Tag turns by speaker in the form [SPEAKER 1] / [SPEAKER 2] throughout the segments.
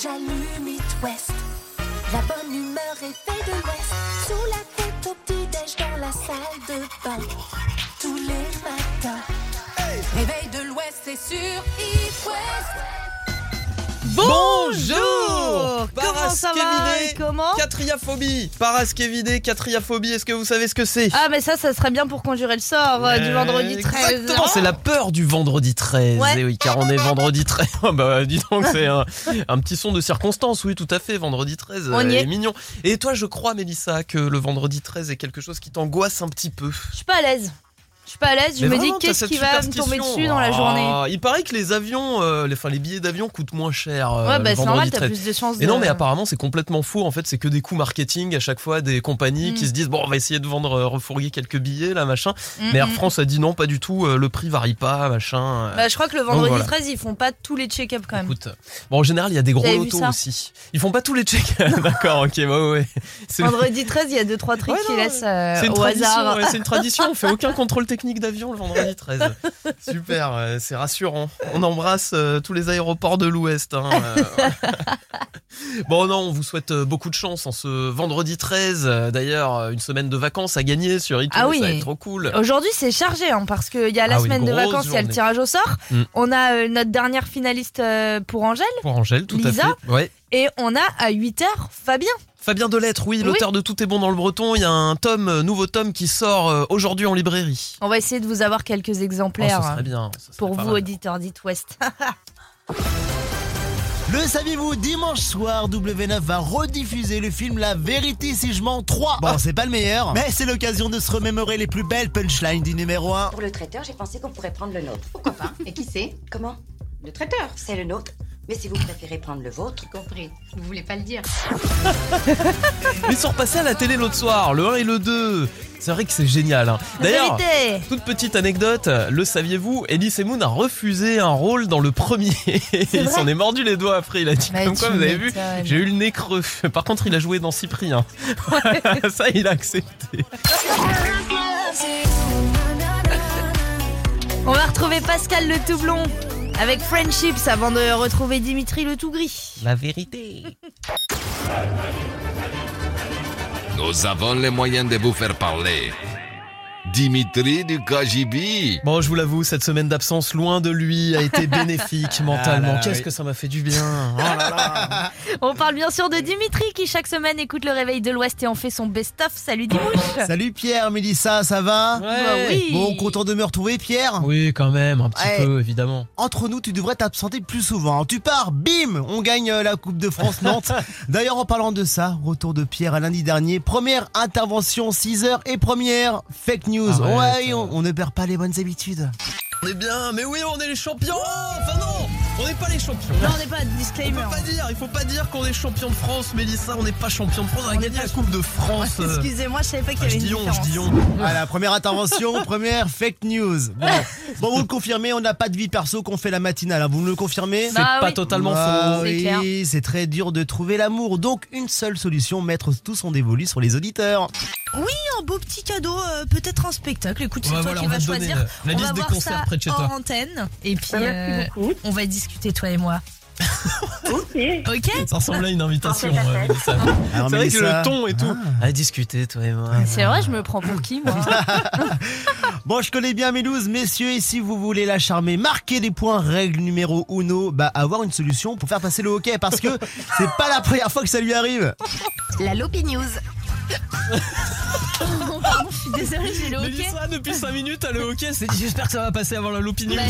[SPEAKER 1] J'allume It West. La bonne humeur est faite de l'Ouest. Sous la tête au petit-déj dans la salle de bain. Tous les matins. Réveil de l'Ouest, c'est sur It West.
[SPEAKER 2] Bonjour
[SPEAKER 3] Comment ça va et comment
[SPEAKER 2] Catriaphobie Paraskevidé, Catriaphobie, est-ce que vous savez ce que c'est
[SPEAKER 3] Ah mais ça, ça serait bien pour conjurer le sort euh, du vendredi 13.
[SPEAKER 2] Exactement, c'est la peur du vendredi 13.
[SPEAKER 3] Ouais.
[SPEAKER 2] Eh oui, car on est vendredi 13. Ah bah, dis donc, c'est un, un petit son de circonstance, oui, tout à fait, vendredi 13.
[SPEAKER 3] On
[SPEAKER 2] euh,
[SPEAKER 3] y est.
[SPEAKER 2] est mignon. Et toi, je crois, Mélissa, que le vendredi 13 est quelque chose qui t'angoisse un petit peu.
[SPEAKER 3] Je suis pas à l'aise. Je suis pas à l'aise, je
[SPEAKER 2] Mais
[SPEAKER 3] me dis
[SPEAKER 2] vraiment, t'as
[SPEAKER 3] qu'est-ce
[SPEAKER 2] cette
[SPEAKER 3] qui va me tomber
[SPEAKER 2] superstition.
[SPEAKER 3] dessus dans la journée.
[SPEAKER 2] Ah, il paraît que les avions, euh, les, enfin, les billets d'avion coûtent moins cher euh,
[SPEAKER 3] Ouais,
[SPEAKER 2] le
[SPEAKER 3] bah c'est
[SPEAKER 2] vendredi
[SPEAKER 3] normal,
[SPEAKER 2] 13.
[SPEAKER 3] t'as plus de chances de...
[SPEAKER 2] Et non, mais apparemment, c'est complètement faux. En fait, c'est que des coups marketing à chaque fois, des compagnies
[SPEAKER 3] Mm.
[SPEAKER 2] qui se disent bon, on va essayer de vendre, euh, refourguer quelques billets, là, machin.
[SPEAKER 3] Mm,
[SPEAKER 2] Mais Air
[SPEAKER 3] mm.
[SPEAKER 2] France a dit non, pas du tout, euh, le prix varie pas, machin. Euh,
[SPEAKER 3] Bah, je crois que le vendredi
[SPEAKER 2] voilà.
[SPEAKER 3] 13, ils font pas tous les check-up quand même.
[SPEAKER 2] Écoute, bon, en général, il y a des gros
[SPEAKER 3] J'avais vu
[SPEAKER 2] lotos
[SPEAKER 3] ça.
[SPEAKER 2] aussi. Ils font pas tous les checks. D'accord, ok, ouais, ouais, ouais. C'est
[SPEAKER 3] Vendredi 13, il y a deux trois trucs
[SPEAKER 2] Ouais,
[SPEAKER 3] qui
[SPEAKER 2] non,
[SPEAKER 3] laissent euh,
[SPEAKER 2] c'est une,
[SPEAKER 3] au
[SPEAKER 2] tradition,
[SPEAKER 3] hasard.
[SPEAKER 2] ouais, c'est une tradition, on fait aucun contrôle technique d'avion le vendredi 13. Super, euh, c'est rassurant. On embrasse euh, tous les aéroports de l'Ouest. hein, euh, ouais. bon, non, on vous souhaite euh, beaucoup de chance en ce vendredi 13. Euh, D'ailleurs, euh, une semaine de vacances à gagner sur iTunes,
[SPEAKER 3] Ah oui.
[SPEAKER 2] ça va être trop cool.
[SPEAKER 3] Aujourd'hui, c'est chargé hein, parce qu'il y a la
[SPEAKER 2] Ah oui,
[SPEAKER 3] semaine de
[SPEAKER 2] grosse
[SPEAKER 3] vacances, il y a le
[SPEAKER 2] journée.
[SPEAKER 3] tirage au sort.
[SPEAKER 2] Mm.
[SPEAKER 3] On a euh, notre dernière finaliste euh, pour Angèle
[SPEAKER 2] Pour Angèle, tout
[SPEAKER 3] Lisa.
[SPEAKER 2] à fait. Ouais.
[SPEAKER 3] et on a à 8h Fabien.
[SPEAKER 2] Fabien Delettre, oui, l'auteur de Tout est bon dans le breton. Il y a un tome, euh, nouveau tome qui sort euh, aujourd'hui en librairie.
[SPEAKER 3] On va essayer de vous avoir quelques
[SPEAKER 2] Oh,
[SPEAKER 3] exemplaires hein,
[SPEAKER 2] ça serait bien. ça serait
[SPEAKER 3] pour
[SPEAKER 2] pas
[SPEAKER 3] vous,
[SPEAKER 2] mal.
[SPEAKER 3] auditeurs d'It West.
[SPEAKER 4] Le saviez-vous, dimanche soir, W9 va rediffuser le film La Vérité si je mens 3. Bon, c'est pas le meilleur, mais c'est l'occasion de se remémorer les plus belles punchlines du numéro 1.
[SPEAKER 5] Pour le traiteur, j'ai pensé qu'on pourrait prendre le nôtre. Pourquoi pas Et qui c'est Comment Le traiteur. C'est le nôtre. Mais si vous préférez prendre le vôtre,
[SPEAKER 6] Compris. Vous voulez pas le dire.
[SPEAKER 2] Ils sont repassés à la télé l'autre soir, le 1 et le 2. C'est vrai que c'est génial. hein. D'ailleurs,
[SPEAKER 3] Vérité
[SPEAKER 2] toute petite anecdote, le saviez-vous, Elie Semoun a refusé un rôle dans le premier. Il
[SPEAKER 3] vrai
[SPEAKER 2] s'en est mordu les doigts après, il a dit
[SPEAKER 3] Mais
[SPEAKER 2] comme quoi,
[SPEAKER 3] tu
[SPEAKER 2] vous avez vu,
[SPEAKER 3] m'étonnes.
[SPEAKER 2] j'ai eu le nez creux. Par contre, il a joué dans Cyprien. Ça, il a accepté.
[SPEAKER 3] On va retrouver Pascal le tout blond avec Friendships avant de retrouver Dimitri le tout gris.
[SPEAKER 2] La vérité.
[SPEAKER 7] Nous avons les moyens de vous faire parler. Dimitri du KGB.
[SPEAKER 2] Bon, je vous l'avoue, cette semaine d'absence loin de lui a été bénéfique mentalement.
[SPEAKER 4] là,
[SPEAKER 2] Qu'est-ce
[SPEAKER 4] oui.
[SPEAKER 2] que ça m'a fait du bien. Oh là là.
[SPEAKER 3] On parle bien sûr de Dimitri qui chaque semaine écoute le réveil de l'Ouest et en fait son best-of. Salut Dimouche
[SPEAKER 4] Salut Pierre, Mélissa, ça va
[SPEAKER 2] Ouais.
[SPEAKER 3] Bah oui.
[SPEAKER 4] Bon, content de me retrouver Pierre
[SPEAKER 2] Oui, quand même, un petit
[SPEAKER 4] Ouais.
[SPEAKER 2] peu, évidemment.
[SPEAKER 4] Entre nous, tu devrais t'absenter plus souvent. Tu pars, bim, on gagne euh, la Coupe de France Nantes. D'ailleurs, en parlant de ça, retour de Pierre à lundi dernier. Première intervention, 6h et première fake news.
[SPEAKER 2] Arrête,
[SPEAKER 4] ouais, on- on ne perd pas les bonnes habitudes.
[SPEAKER 2] On est Eh bien, mais oui, on est les champions Oh, Enfin non, on n'est pas les champions.
[SPEAKER 3] Non, on n'est pas
[SPEAKER 2] Il faut
[SPEAKER 3] disclaimer.
[SPEAKER 2] pas
[SPEAKER 8] hein.
[SPEAKER 2] dire, il faut pas dire qu'on est champion de France, Mélissa, on n'est pas champion de France, on a gagné la Coupe de France. euh.
[SPEAKER 3] Excusez-moi, je savais pas qu'il y
[SPEAKER 2] Ah,
[SPEAKER 3] avait
[SPEAKER 2] je
[SPEAKER 3] une
[SPEAKER 2] dis on, je
[SPEAKER 3] différence.
[SPEAKER 2] dis on.
[SPEAKER 4] Ah, la première intervention, première fake news. Bon, Bon, vous le confirmez, on n'a pas de vie perso qu'on fait la matinale. hein. Vous me le confirmez
[SPEAKER 2] C'est
[SPEAKER 3] Bah
[SPEAKER 2] pas
[SPEAKER 3] oui.
[SPEAKER 2] totalement
[SPEAKER 4] Ah
[SPEAKER 2] faux.
[SPEAKER 3] C'est clair.
[SPEAKER 4] oui, c'est très dur de trouver l'amour. Donc, une seule solution, mettre tout son dévolu sur les auditeurs.
[SPEAKER 8] un beau petit cadeau, euh, peut-être un spectacle. Écoute, c'est
[SPEAKER 2] Ouais,
[SPEAKER 8] toi
[SPEAKER 2] voilà,
[SPEAKER 8] qui
[SPEAKER 2] on va
[SPEAKER 8] vas
[SPEAKER 2] te donner
[SPEAKER 8] choisir.
[SPEAKER 2] la,
[SPEAKER 8] on
[SPEAKER 2] la liste
[SPEAKER 8] va
[SPEAKER 2] des
[SPEAKER 8] voir
[SPEAKER 2] concerts
[SPEAKER 8] ça
[SPEAKER 2] près de chez
[SPEAKER 8] hors
[SPEAKER 2] toi.
[SPEAKER 8] antenne. Et puis, euh,
[SPEAKER 6] Merci beaucoup.
[SPEAKER 8] on va discuter, toi et moi.
[SPEAKER 6] Ok.
[SPEAKER 8] Ok
[SPEAKER 2] Ça ressemble à une invitation,
[SPEAKER 6] Parfait,
[SPEAKER 2] euh,
[SPEAKER 6] parfait.
[SPEAKER 2] Mélissa.
[SPEAKER 4] Alors,
[SPEAKER 2] C'est vrai que
[SPEAKER 4] Mélissa,
[SPEAKER 2] le ton et tout. Ah. À discuter, toi et moi.
[SPEAKER 3] C'est vrai, je me prends pour qui moi
[SPEAKER 4] Bon, je connais bien Mélouse, messieurs, et si vous voulez la charmer, marquez des points. Règle numéro uno, bah, avoir une solution pour faire passer le hockey, parce que c'est pas la première fois que ça lui arrive.
[SPEAKER 5] la Lopi News.
[SPEAKER 8] Pardon, je suis désolée, j'ai le hockey.
[SPEAKER 2] Mélissa, depuis 5 minutes, elle est ok. c'est- J'espère que ça va passer avant la l'opinion.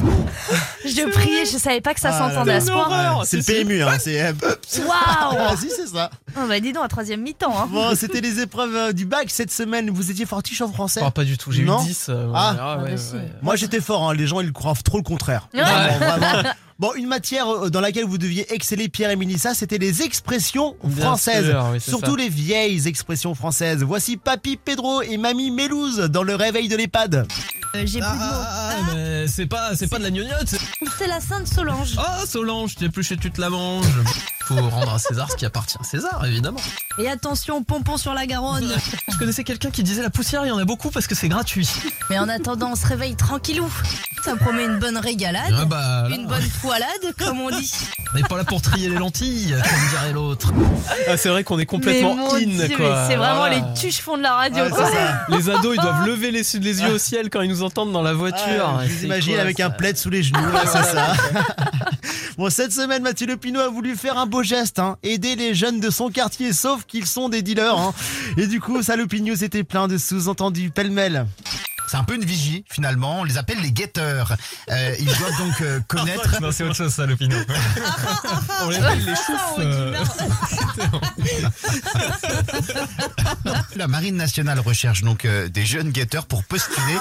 [SPEAKER 3] Je priais, je savais pas que ça
[SPEAKER 4] Ah là
[SPEAKER 3] s'entendait
[SPEAKER 4] là.
[SPEAKER 3] à ce point.
[SPEAKER 2] Horreur,
[SPEAKER 4] C'est le
[SPEAKER 2] si, si.
[SPEAKER 4] PMU, hein. C'est.
[SPEAKER 3] Waouh
[SPEAKER 4] Ah, si, c'est ça.
[SPEAKER 8] Oh,
[SPEAKER 3] On
[SPEAKER 8] bah,
[SPEAKER 3] va dis donc à troisième mi-temps. Hein.
[SPEAKER 4] Bon, c'était les épreuves euh, du bac cette semaine. Vous étiez fortiche en français
[SPEAKER 2] Oh, Pas du tout, j'ai eu
[SPEAKER 4] Non.
[SPEAKER 2] 10. euh, ouais,
[SPEAKER 4] Ah.
[SPEAKER 2] ouais,
[SPEAKER 3] bah
[SPEAKER 2] ouais,
[SPEAKER 3] si.
[SPEAKER 2] ouais.
[SPEAKER 4] Moi, j'étais fort. hein. Les gens, ils croient trop le contraire.
[SPEAKER 3] Ouais.
[SPEAKER 4] Vraiment, vraiment. Bon, une matière euh, dans laquelle vous deviez exceller, Pierre et Mélissa, c'était les expressions
[SPEAKER 2] Bien
[SPEAKER 4] françaises.
[SPEAKER 2] sûr, oui, c'est
[SPEAKER 4] Surtout
[SPEAKER 2] ça.
[SPEAKER 4] les vieilles expressions françaises. Voici Papy Pedro et Mamie Mélouse dans le réveil de l'EHPAD.
[SPEAKER 8] Euh, j'ai plus
[SPEAKER 2] Ah,
[SPEAKER 8] de mots.
[SPEAKER 2] ah, ah, mais c'est pas, c'est pas de la gnognotte. Ah,
[SPEAKER 8] C'est la Sainte Solange.
[SPEAKER 2] Oh Solange, t'es plus chez tu te la manges. Faut rendre à César ce qui appartient à César, évidemment.
[SPEAKER 8] Et attention, pompon sur la Garonne.
[SPEAKER 2] Je connaissais quelqu'un qui disait la poussière, il y en a beaucoup parce que c'est gratuit.
[SPEAKER 8] Mais en attendant, on se réveille tranquillou. Ça promet une bonne régalade.
[SPEAKER 2] Ah bah, là,
[SPEAKER 8] Une bonne poilade, comme on dit.
[SPEAKER 2] on n'est pas là pour trier les lentilles, comme dirait l'autre. Ah, c'est vrai qu'on est complètement
[SPEAKER 3] mais mon
[SPEAKER 2] in,
[SPEAKER 3] Dieu,
[SPEAKER 2] quoi.
[SPEAKER 3] mais c'est vraiment
[SPEAKER 2] Voilà.
[SPEAKER 3] les tuches fond de la radio.
[SPEAKER 4] Ouais, c'est
[SPEAKER 3] quoi.
[SPEAKER 4] ça.
[SPEAKER 2] Les ados, ils doivent lever les, les yeux au ciel quand ils nous entendent dans la voiture.
[SPEAKER 4] Ah, je vous
[SPEAKER 2] C'est
[SPEAKER 4] imagine
[SPEAKER 2] quoi,
[SPEAKER 4] avec
[SPEAKER 2] ça
[SPEAKER 4] un plaid sous les genoux, ouais, c'est ça. bon, cette semaine, Mathieu Le Pinot a voulu faire un beau geste, hein, aider les jeunes de son quartier, sauf qu'ils sont des dealers. hein. Et du coup, ça, Le Pinot, c'était plein de sous-entendus pêle-mêle.
[SPEAKER 9] C'est un peu une vigie finalement, on les appelle les guetteurs. Euh, ils doivent donc euh, connaître...
[SPEAKER 2] Ah, Non, c'est autre chose, ça, l'opinion. On les appelle les choufs. euh,
[SPEAKER 9] La marine nationale recherche donc euh, des jeunes guetteurs pour postuler.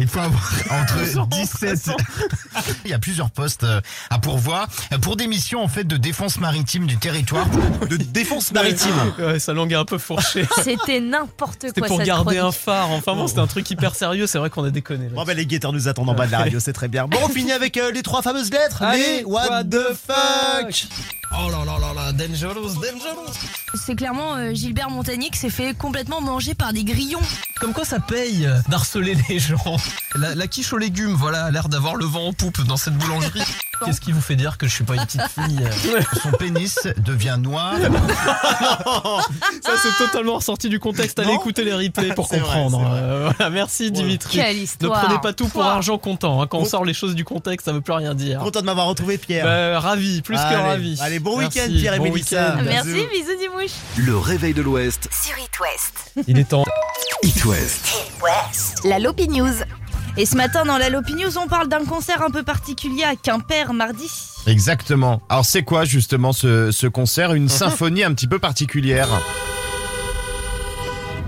[SPEAKER 9] Il faut avoir entre 17... Il y a plusieurs postes euh, à pourvoir euh, pour des missions en fait de défense maritime du territoire.
[SPEAKER 4] De défense maritime.
[SPEAKER 2] Ouais, sa langue est un peu fourchée.
[SPEAKER 3] C'était n'importe
[SPEAKER 2] C'était
[SPEAKER 3] quoi.
[SPEAKER 2] pour
[SPEAKER 3] cette
[SPEAKER 2] garder un
[SPEAKER 3] chronique.
[SPEAKER 2] phare. Enfin bon, c'était un truc hyper sérieux. C'est vrai qu'on a déconné.
[SPEAKER 4] Bon,
[SPEAKER 2] Là.
[SPEAKER 4] ben, les guetteurs nous attendent en bas de la radio, c'est très bien. Bon, on finit avec euh, les trois fameuses lettres.
[SPEAKER 2] Allez,
[SPEAKER 4] les what,
[SPEAKER 2] what
[SPEAKER 4] the
[SPEAKER 2] the
[SPEAKER 4] fuck,
[SPEAKER 2] Oh là là là là, dangerous, dangerous.
[SPEAKER 8] C'est clairement euh, Gilbert Montagnier qui s'est fait complètement manger par des grillons.
[SPEAKER 2] Comme quoi ça paye euh, d'harceler les gens. La, la quiche aux légumes, voilà, a l'air d'avoir le vent en poupe dans cette boulangerie. Qu'est-ce qui vous fait dire que je suis pas une petite fille euh
[SPEAKER 9] Son pénis devient noir.
[SPEAKER 2] Ça c'est totalement ressorti du contexte. Allez
[SPEAKER 4] Non.
[SPEAKER 2] écouter les replays pour
[SPEAKER 4] C'est vrai,
[SPEAKER 2] comprendre.
[SPEAKER 4] c'est vrai.
[SPEAKER 2] Euh, voilà, merci Dimitri.
[SPEAKER 3] Quelle
[SPEAKER 2] Ne
[SPEAKER 3] histoire.
[SPEAKER 2] prenez pas tout pour
[SPEAKER 3] Toi.
[SPEAKER 2] argent comptant. hein. Quand on sort les choses du contexte, ça veut plus rien dire.
[SPEAKER 4] Content de m'avoir retrouvé, Pierre.
[SPEAKER 2] Bah, ravi, plus
[SPEAKER 4] Allez,
[SPEAKER 2] que ravi.
[SPEAKER 4] allez, bon
[SPEAKER 2] Merci,
[SPEAKER 4] week-end, Pierre Ah, et
[SPEAKER 2] bon
[SPEAKER 4] Mélissa.
[SPEAKER 2] week-end.
[SPEAKER 3] Merci, bisous, Dimouche.
[SPEAKER 7] Le réveil de l'Ouest,
[SPEAKER 1] Sur It West.
[SPEAKER 2] Il est temps.
[SPEAKER 7] It West.
[SPEAKER 1] La Lopi News.
[SPEAKER 8] Et ce matin, dans la Lopi News, on parle d'un concert un peu particulier à Quimper mardi.
[SPEAKER 9] Exactement. Alors c'est quoi justement ce, ce concert Une symphonie un petit peu particulière.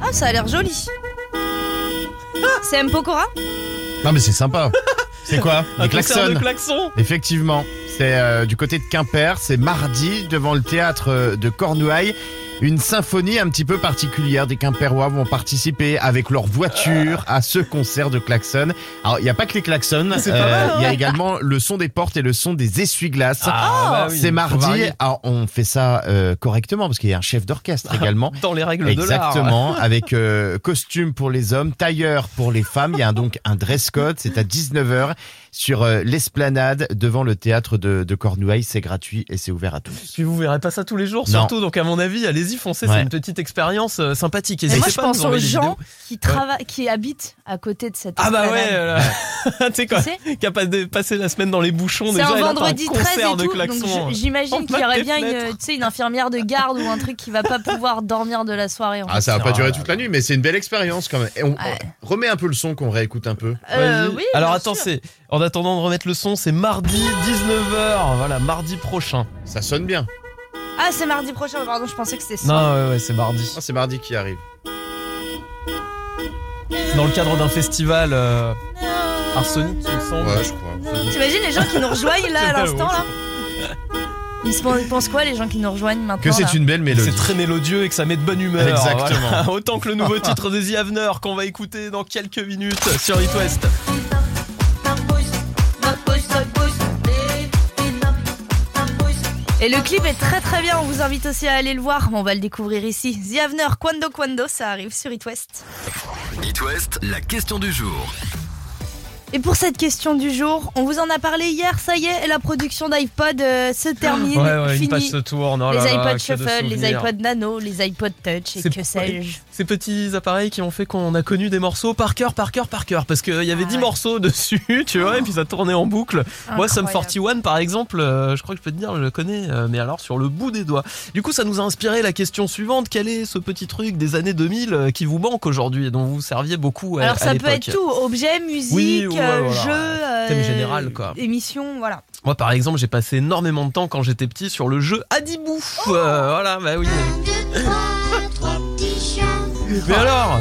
[SPEAKER 8] Ah, ça a l'air joli. Ah, C'est M. Pokora
[SPEAKER 9] Non mais c'est sympa. C'est quoi
[SPEAKER 2] Un concert
[SPEAKER 9] Les klaxons
[SPEAKER 2] de klaxons.
[SPEAKER 9] Effectivement, c'est euh, du côté de Quimper, c'est mardi devant le théâtre euh, de Cornouailles. Une symphonie un petit peu particulière. Des Quimperois vont participer avec leur voiture à ce concert de klaxon. Alors, il n'y a pas que les klaxons. euh,
[SPEAKER 2] C'est pas mal,
[SPEAKER 9] Il y a également le son des portes et le son des essuie-glaces.
[SPEAKER 2] Ah, bah oui,
[SPEAKER 9] c'est
[SPEAKER 2] faut
[SPEAKER 9] mardi.
[SPEAKER 2] varier.
[SPEAKER 9] Alors, on fait ça euh, correctement parce qu'il y a un chef d'orchestre également.
[SPEAKER 2] Dans les règles de l'art.
[SPEAKER 9] Exactement, avec euh, costume pour les hommes, tailleur pour les femmes. Il y a un- donc un dress code, c'est à 19h sur euh, l'esplanade devant le théâtre de, de Cornouailles. C'est gratuit et c'est ouvert à tous.
[SPEAKER 2] Puis vous verrez pas ça tous les jours,
[SPEAKER 9] Non.
[SPEAKER 2] surtout. Donc, à mon avis, allez-y, foncez.
[SPEAKER 9] Ouais.
[SPEAKER 2] C'est une petite expérience euh, sympathique.
[SPEAKER 3] Mais
[SPEAKER 2] N'hésitez
[SPEAKER 3] moi, je
[SPEAKER 2] pas à nous
[SPEAKER 3] pense aux
[SPEAKER 2] envoyer des
[SPEAKER 3] gens
[SPEAKER 2] vidéos.
[SPEAKER 3] qui, travaillent, qui habitent à côté de cette
[SPEAKER 2] Ah, bah ouais,
[SPEAKER 3] esplanade.
[SPEAKER 2] euh, tu sais quoi,
[SPEAKER 3] Tu sais,
[SPEAKER 2] qui a pas dé- passé la semaine dans les bouchons
[SPEAKER 3] C'est
[SPEAKER 2] déjà.
[SPEAKER 3] un
[SPEAKER 2] et là, t'as
[SPEAKER 3] vendredi 13 et
[SPEAKER 2] concert
[SPEAKER 3] tout,
[SPEAKER 2] de klaxons.
[SPEAKER 3] donc je- j'imagine
[SPEAKER 2] Entre
[SPEAKER 3] qu'il y aurait
[SPEAKER 2] tes
[SPEAKER 3] bien une,
[SPEAKER 2] fenêtres.
[SPEAKER 3] tu sais, une infirmière de garde ou un truc qui va pas pouvoir dormir de la soirée. en fait.
[SPEAKER 9] Ah, ça
[SPEAKER 2] va pas durer toute
[SPEAKER 9] la nuit, mais c'est une belle expérience quand même. on,
[SPEAKER 3] Ouais.
[SPEAKER 9] remet un peu le son qu'on réécoute un peu.
[SPEAKER 3] Euh,
[SPEAKER 2] Vas-y.
[SPEAKER 3] oui,
[SPEAKER 2] Alors
[SPEAKER 3] bien
[SPEAKER 2] attends,
[SPEAKER 3] sûr.
[SPEAKER 2] c'est en attendant de remettre le son, c'est mardi 19h. Voilà, mardi prochain.
[SPEAKER 9] Ça sonne bien.
[SPEAKER 8] Ah, c'est mardi prochain, pardon, je pensais que c'était ce soir.
[SPEAKER 2] Non, ouais, ouais, c'est mardi.
[SPEAKER 9] Ah, C'est mardi qui arrive.
[SPEAKER 2] Dans le cadre d'un festival euh, Arsenic, il me semble.
[SPEAKER 9] je crois.
[SPEAKER 8] T'imagines les gens qui nous rejoignent là à
[SPEAKER 2] C'est pas
[SPEAKER 8] l'instant là Ils se pensent- pensent quoi les gens qui nous rejoignent maintenant
[SPEAKER 9] Que c'est
[SPEAKER 8] là
[SPEAKER 9] une belle mélodie.
[SPEAKER 2] C'est très mélodieux et que ça met de bonne humeur.
[SPEAKER 9] Exactement.
[SPEAKER 2] Voilà. Autant que le nouveau titre de The Avener qu'on va écouter dans quelques minutes sur It West.
[SPEAKER 8] Et le clip est très très bien, on vous invite aussi à aller le voir, on va le découvrir ici. The Avener, Quando Quando, ça arrive sur It West.
[SPEAKER 7] It West, la question du jour.
[SPEAKER 8] Et pour cette question du jour, on vous en a parlé hier, ça y est, la production d'iPod euh, se termine,
[SPEAKER 2] une page
[SPEAKER 8] fini.
[SPEAKER 2] se tourne. oh là
[SPEAKER 8] les
[SPEAKER 2] là,
[SPEAKER 8] iPod
[SPEAKER 2] que de
[SPEAKER 8] Shuffle, les
[SPEAKER 2] souvenirs.
[SPEAKER 8] iPod Nano, les iPod Touch et
[SPEAKER 2] C'est
[SPEAKER 8] que sais-je.
[SPEAKER 2] Ces petits appareils qui ont fait qu'on a connu des morceaux par cœur, par cœur, par cœur. Parce qu'il y avait
[SPEAKER 8] Ah
[SPEAKER 2] 10
[SPEAKER 8] ouais.
[SPEAKER 2] morceaux dessus, tu vois, et puis ça tournait en boucle. Moi, Sum
[SPEAKER 8] Incroyable.
[SPEAKER 2] 41, par exemple, euh, je crois que je peux te dire, je le connais, euh, mais alors sur le bout des doigts. Du coup, ça nous a inspiré la question suivante. Quel est ce petit truc des années 2000 euh, qui vous manque aujourd'hui et dont vous serviez beaucoup à,
[SPEAKER 8] Alors
[SPEAKER 2] à
[SPEAKER 8] ça peut être
[SPEAKER 2] l'époque
[SPEAKER 8] tout, objet, musique,
[SPEAKER 2] Oui, ouais,
[SPEAKER 8] euh,
[SPEAKER 2] voilà.
[SPEAKER 8] jeu,
[SPEAKER 2] Thème
[SPEAKER 8] euh,
[SPEAKER 2] général, quoi.
[SPEAKER 8] émission, voilà.
[SPEAKER 2] Moi, par exemple, j'ai passé énormément de temps quand j'étais petit sur le jeu Adibou.
[SPEAKER 3] Oh
[SPEAKER 2] Euh, voilà, bah oui. Mais alors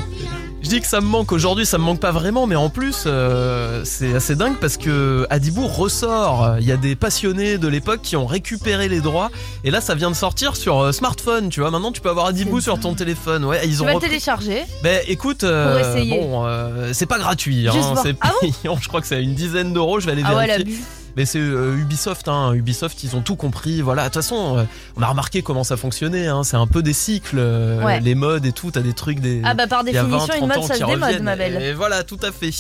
[SPEAKER 2] je dis que ça me manque aujourd'hui, ça me manque pas vraiment, mais en plus, euh, c'est assez dingue parce que Adibou ressort. Il y a des passionnés de l'époque qui ont récupéré les droits, et là, ça vient de sortir sur euh, smartphone. Tu vois, maintenant, tu peux avoir Adibou sur ton téléphone. Ouais, ils
[SPEAKER 3] Tu
[SPEAKER 2] ont.
[SPEAKER 3] vas le
[SPEAKER 2] repris-
[SPEAKER 3] télécharger.
[SPEAKER 2] Ben écoute, euh,
[SPEAKER 3] essayer.
[SPEAKER 2] bon, euh, c'est pas gratuit. hein,
[SPEAKER 3] Juste voir.
[SPEAKER 2] c'est
[SPEAKER 3] Ah
[SPEAKER 2] payant. je crois que c'est à une dizaine d'euros. Je vais aller
[SPEAKER 3] Ah ouais,
[SPEAKER 2] vérifier.
[SPEAKER 3] l'abus.
[SPEAKER 2] Mais c'est euh, Ubisoft, hein. Ubisoft, ils ont tout compris. Voilà, de toute façon, euh, on a remarqué comment ça fonctionnait. Hein. C'est un peu des cycles, euh,
[SPEAKER 3] Ouais.
[SPEAKER 2] les modes et tout. T'as des trucs, des.
[SPEAKER 3] Ah bah par
[SPEAKER 2] il y a 20,
[SPEAKER 3] définition, une
[SPEAKER 2] 30
[SPEAKER 3] mode
[SPEAKER 2] ans
[SPEAKER 3] ça se
[SPEAKER 2] qui
[SPEAKER 3] démode,
[SPEAKER 2] reviennent.
[SPEAKER 3] ma belle.
[SPEAKER 2] Et voilà, tout à fait.